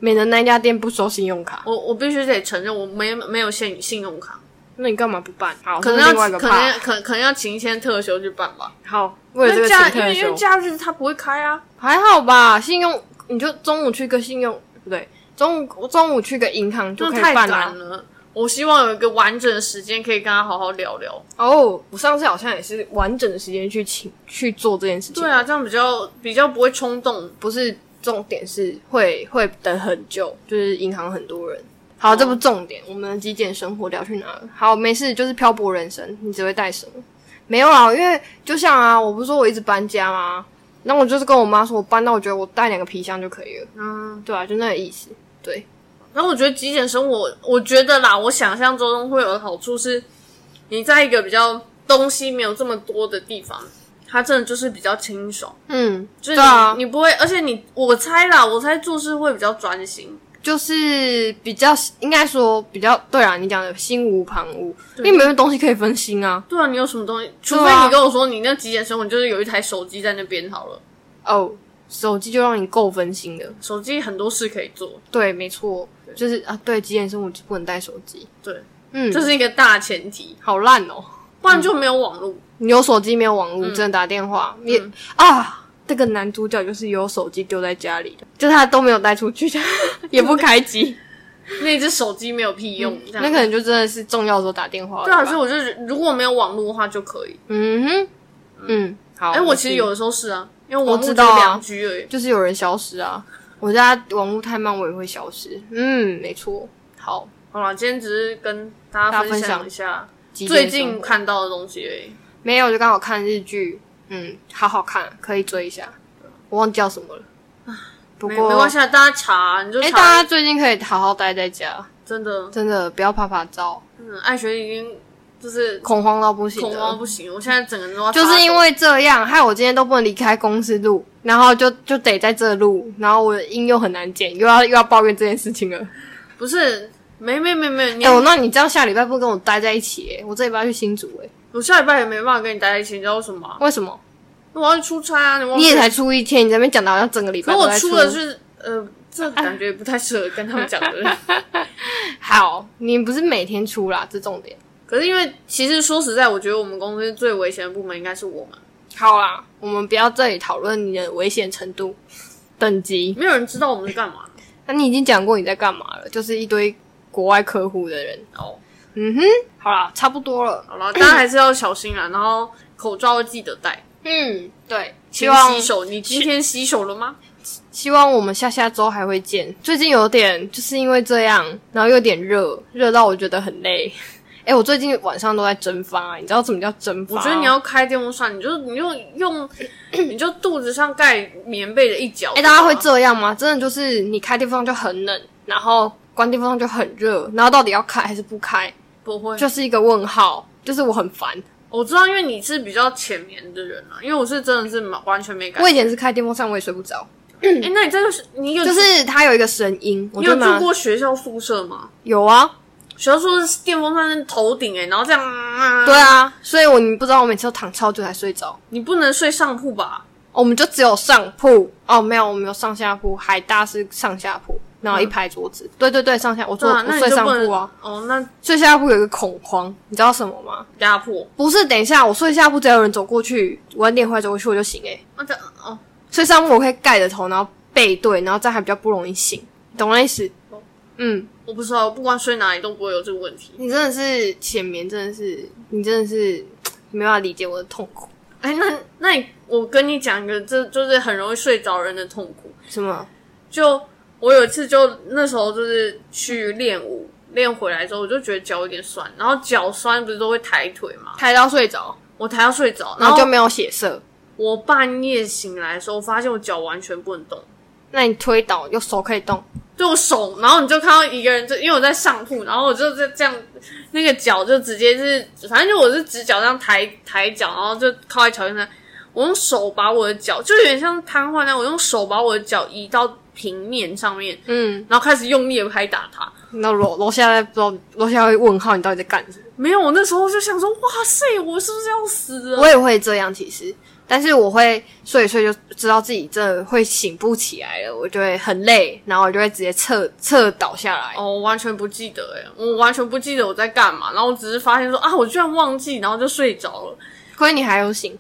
Speaker 1: 免得那家店不收信用卡。
Speaker 2: 我我必须得承认，我没没有现信用卡，
Speaker 1: 那你干嘛不办？好，
Speaker 2: 可能
Speaker 1: 这是
Speaker 2: 要
Speaker 1: 另外一个
Speaker 2: 可
Speaker 1: part
Speaker 2: 能可可能要请一天特休去办吧。
Speaker 1: 好，为了
Speaker 2: 因
Speaker 1: 这个
Speaker 2: 为假
Speaker 1: 请
Speaker 2: 因
Speaker 1: 特
Speaker 2: 为因为
Speaker 1: 休，
Speaker 2: 假日它不会开啊。
Speaker 1: 还好吧？信用你就中午去个信用，不对，中午中午去个银行就
Speaker 2: 那
Speaker 1: 可以
Speaker 2: 哦太
Speaker 1: 办啊了、
Speaker 2: 赶了。我希望有一个完整的时间可以跟他好好聊聊。
Speaker 1: 哦，我上次好像也是完整的时间去请去做这件事情。
Speaker 2: 对，啊，这样比较比较不会冲动。
Speaker 1: 不是重点是会会等很久，就是银行很多人。好，这不重点，我们的极简生活聊去哪了？好，没事，就是漂泊人生，你只会带什么？没有啦，因为就像啊，我不是说我一直搬家吗？那我就是跟我妈说，我搬到我觉得我带两个皮箱就可以了。
Speaker 2: 嗯，
Speaker 1: 对啊，就那个意思。对，
Speaker 2: 然后我觉得极简生活，我觉得啦，我想象中会有的好处是，你在一个比较东西没有这么多的地方，它真的就是比较清爽。
Speaker 1: 嗯，
Speaker 2: 就是
Speaker 1: 对
Speaker 2: 你,、
Speaker 1: 啊，
Speaker 2: 你不会，而且你我猜啦，我猜做事会比较专心。
Speaker 1: 就是比较应该说比较对啊，你讲的心无旁骛，因为没有东西可以分心啊。
Speaker 2: 对啊，你有什么东西？除
Speaker 1: 对
Speaker 2: 非
Speaker 1: 啊
Speaker 2: 你跟我说你那极简生活你就是有一台手机在那边好了，
Speaker 1: 哦，手机就让你够分心的。
Speaker 2: 手机很多事可以做。
Speaker 1: 对，没错，就是啊，对，极简生活就不能带手机，
Speaker 2: 对，
Speaker 1: 嗯，
Speaker 2: 这是一个大前提，
Speaker 1: 好烂哦、
Speaker 2: 不然就没有网络。
Speaker 1: 你有手机没有网
Speaker 2: 嗯
Speaker 1: 络，只能打电话，也、啊，这个男主角就是有手机丢在家里的，就他都没有带出去， 也不开机，
Speaker 2: 那只手机没有屁用， 这
Speaker 1: 嗯
Speaker 2: 样
Speaker 1: 那可能就真的是重要的时候打电话
Speaker 2: 对啊，
Speaker 1: 了吧。
Speaker 2: 所以我就觉得如果没有网络的话就可以。
Speaker 1: 嗯哼，嗯，好，
Speaker 2: 哎、我其实有的时候是啊，因为
Speaker 1: 我
Speaker 2: 网络
Speaker 1: 知
Speaker 2: 只
Speaker 1: 道
Speaker 2: 有
Speaker 1: 啊
Speaker 2: 两 G 而已。
Speaker 1: 就是有人消失啊，我家网络太慢，我也会消失。嗯，没错，好，
Speaker 2: 好了，今天只是跟
Speaker 1: 大
Speaker 2: 大家
Speaker 1: 家
Speaker 2: 分
Speaker 1: 分享
Speaker 2: 享一下
Speaker 1: 极简
Speaker 2: 最
Speaker 1: 生
Speaker 2: 近
Speaker 1: 活
Speaker 2: 看到的东西而已。
Speaker 1: 没有，就刚好看日剧，嗯，好好看，可以追一下。我忘记叫什么了，不
Speaker 2: 没
Speaker 1: 过
Speaker 2: 没关系啊，大家查啊，你就
Speaker 1: 哎、
Speaker 2: 查。
Speaker 1: 大家最近可以好好待在家，
Speaker 2: 真的，
Speaker 1: 真的不要怕怕照，
Speaker 2: 嗯，爱学已经就是
Speaker 1: 恐慌到不行
Speaker 2: 恐
Speaker 1: 了
Speaker 2: 慌不行，我现在整个人都要
Speaker 1: 就是因
Speaker 2: 发抖
Speaker 1: 为这样，害我今天都不能离开公司录，然后就就得在这录，然后我的音又很难剪，又要又要抱怨这件事情了。
Speaker 2: 不是没没没没，你、
Speaker 1: 哎、我那你这样下礼拜不跟我待在一起、欸？我这礼拜要去新竹、欸，
Speaker 2: 我下礼拜也没办法跟你待在一起，你知道为什么吗？
Speaker 1: 为什么？
Speaker 2: 我要去出差啊，你忘
Speaker 1: 哎你
Speaker 2: 记
Speaker 1: 也
Speaker 2: 了
Speaker 1: 才出一天，你在那边讲的好像整个礼拜
Speaker 2: 可
Speaker 1: 都
Speaker 2: 我
Speaker 1: 在
Speaker 2: 出
Speaker 1: 出
Speaker 2: 的是呃，这感觉不太适合跟他们讲的人。
Speaker 1: 好，你不是每天出啦，这重点。
Speaker 2: 可是因为其实说实在，我觉得我们公司最危险的部门应该是我们，
Speaker 1: 好啊啦，我们不要这里讨论你的危险程度、等级。
Speaker 2: 没有人知道我们是 干嘛。
Speaker 1: 那你已经讲过你在干嘛了，就是一堆国外客户的人。
Speaker 2: 哦，
Speaker 1: 嗯哼，好啦，差不多了。
Speaker 2: 好了，大家还是要小心啊，然后口罩要记得戴，
Speaker 1: 嗯，对， 希
Speaker 2: 勤
Speaker 1: 望
Speaker 2: 洗手。你今天洗手了吗？
Speaker 1: 希望我们下下周还会见。最近有点就是因为这样，然后又有点热，热到我觉得很累。 哎、我最近晚上都在蒸发，你知道什么叫蒸发？
Speaker 2: 我觉得你要开电风扇，你就你就用，你就肚子上盖棉被的一角。
Speaker 1: 哎、大家会这样吗？真的就是你开电风扇就很冷，然后关电风扇就很热，然后到底要开还是不开，
Speaker 2: 不会？
Speaker 1: 就是一个问号。就是我很烦，
Speaker 2: 我知道，因为你是比较浅眠的人啊，因为我是真的是蛮完全没感
Speaker 1: 我
Speaker 2: 觉。
Speaker 1: 以前是开电风扇，我也睡不着，
Speaker 2: 哎、那你这个是你有
Speaker 1: 就是它有一个声音，我
Speaker 2: 你有
Speaker 1: 就
Speaker 2: 住
Speaker 1: 拿
Speaker 2: 过学校宿舍吗？
Speaker 1: 有啊，
Speaker 2: 学校宿舍是电风扇在头顶哎、然后这样、啊
Speaker 1: 对啊，所以我你不知道我每次都躺超久才睡着，哦
Speaker 2: 你不能睡上铺吧？
Speaker 1: 我们就只有上铺哦，没有，我们有上下铺，海大是上下铺，然后一排桌子，对对对，上下我
Speaker 2: 对
Speaker 1: 坐、
Speaker 2: 啊，
Speaker 1: 哦我
Speaker 2: 嗯那
Speaker 1: 睡
Speaker 2: 你就
Speaker 1: 上
Speaker 2: 不能
Speaker 1: 铺啊，
Speaker 2: 哦，那
Speaker 1: 睡下铺有一个恐慌，你知道什么吗？
Speaker 2: 压迫，
Speaker 1: 不是，等一下我睡下铺，只要有人走过去，晚点回来走过去我就醒诶、欸，
Speaker 2: 那这哦，
Speaker 1: 睡上铺我可以盖着头，然后背对，然后这样还比较不容易醒，懂我意思
Speaker 2: 懂？
Speaker 1: 嗯，
Speaker 2: 我不知道，不管睡哪里都不会有这个问题。
Speaker 1: 你真的是浅眠，真的是你真的是没办法理解我的痛苦，
Speaker 2: 哎，那那你我跟你讲一个，这就是很容易睡着人的痛苦。
Speaker 1: 什么？
Speaker 2: 就我有一次就那时候就是去练舞，练回来之后我就觉得脚有点酸，然后脚酸不是都会抬腿嘛，
Speaker 1: 抬到睡着，
Speaker 2: 我抬到睡着，
Speaker 1: 然
Speaker 2: 然
Speaker 1: 后
Speaker 2: 后
Speaker 1: 就没有血色，
Speaker 2: 我半夜醒来的时候，发现我脚完全不能动，
Speaker 1: 那你推倒又手可以动。
Speaker 2: 就我手，然后你就看到一个人就，因为我在上铺，然后我就在这样，那个脚就直接是，反正就我是直角这样抬抬脚，然后就靠在桥上，我用手把我的脚，就有点像瘫痪那样，我用手把我的脚移到平面上面，
Speaker 1: 嗯，
Speaker 2: 然后开始用力的拍打它。
Speaker 1: 那楼楼下在不知道楼下会问号，你到底在干什么？
Speaker 2: 没有，我那时候就想说，哇塞，我是不是要死了？
Speaker 1: 我也会这样，其实，但是我会睡一睡就知道自己真的会醒不起来了，我就会很累，然后我就会直接侧侧倒下来。
Speaker 2: 哦，我完全不记得哎，我完全不记得我在干嘛，然后我只是发现说啊，我居然忘记，然后就睡着了。
Speaker 1: 亏你还有醒，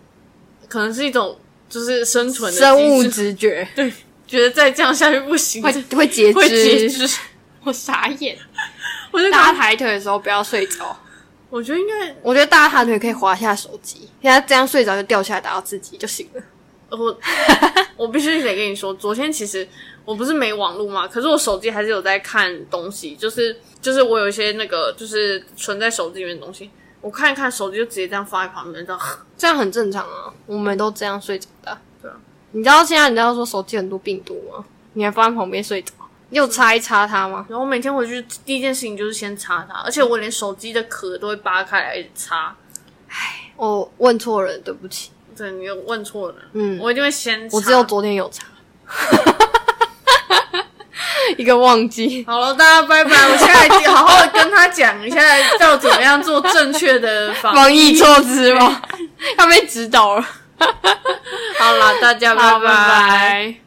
Speaker 2: 可能是一种就是生存的
Speaker 1: 生物
Speaker 2: 机制
Speaker 1: 直 觉
Speaker 2: 对，觉得再这样下去不行，
Speaker 1: 会会截
Speaker 2: 会截
Speaker 1: 肢。
Speaker 2: 肢。
Speaker 1: 我傻眼，
Speaker 2: 我就
Speaker 1: 大家
Speaker 2: 打，
Speaker 1: 抬腿的时候不要睡着。
Speaker 2: 我觉得应该
Speaker 1: 我觉得大家抬腿可以滑一下手机，人家这样睡着就掉下来打到自己就行了。
Speaker 2: 我我必须得跟你说，昨天其实我不是没网络嘛，可是我手机还是有在看东西，就是就是我有一些那个就是存在手机里面的东西，我看一看手机就直接这样放在旁边，这样
Speaker 1: 这样很正常啊，我们都这样睡着的啊。
Speaker 2: 对啊
Speaker 1: 你知道现在人家说手机很多病毒吗？你还放在旁边睡着，你有擦一擦它吗？
Speaker 2: 然后我每天回去第一件事情就是先擦它，而且我连手机的壳都会扒开来一直擦。
Speaker 1: 我哦问错人，对不起。
Speaker 2: 对，你又问错了，
Speaker 1: 嗯
Speaker 2: 我一定会先擦。
Speaker 1: 我只有昨天有 擦，一个忘记。
Speaker 2: 好了，大家拜拜。我下一集好好的跟他讲一下，要怎么样做正确的 防
Speaker 1: 防疫措施 吗？要被指导了。
Speaker 2: 好啦，大家拜
Speaker 1: 好拜
Speaker 2: 拜
Speaker 1: 拜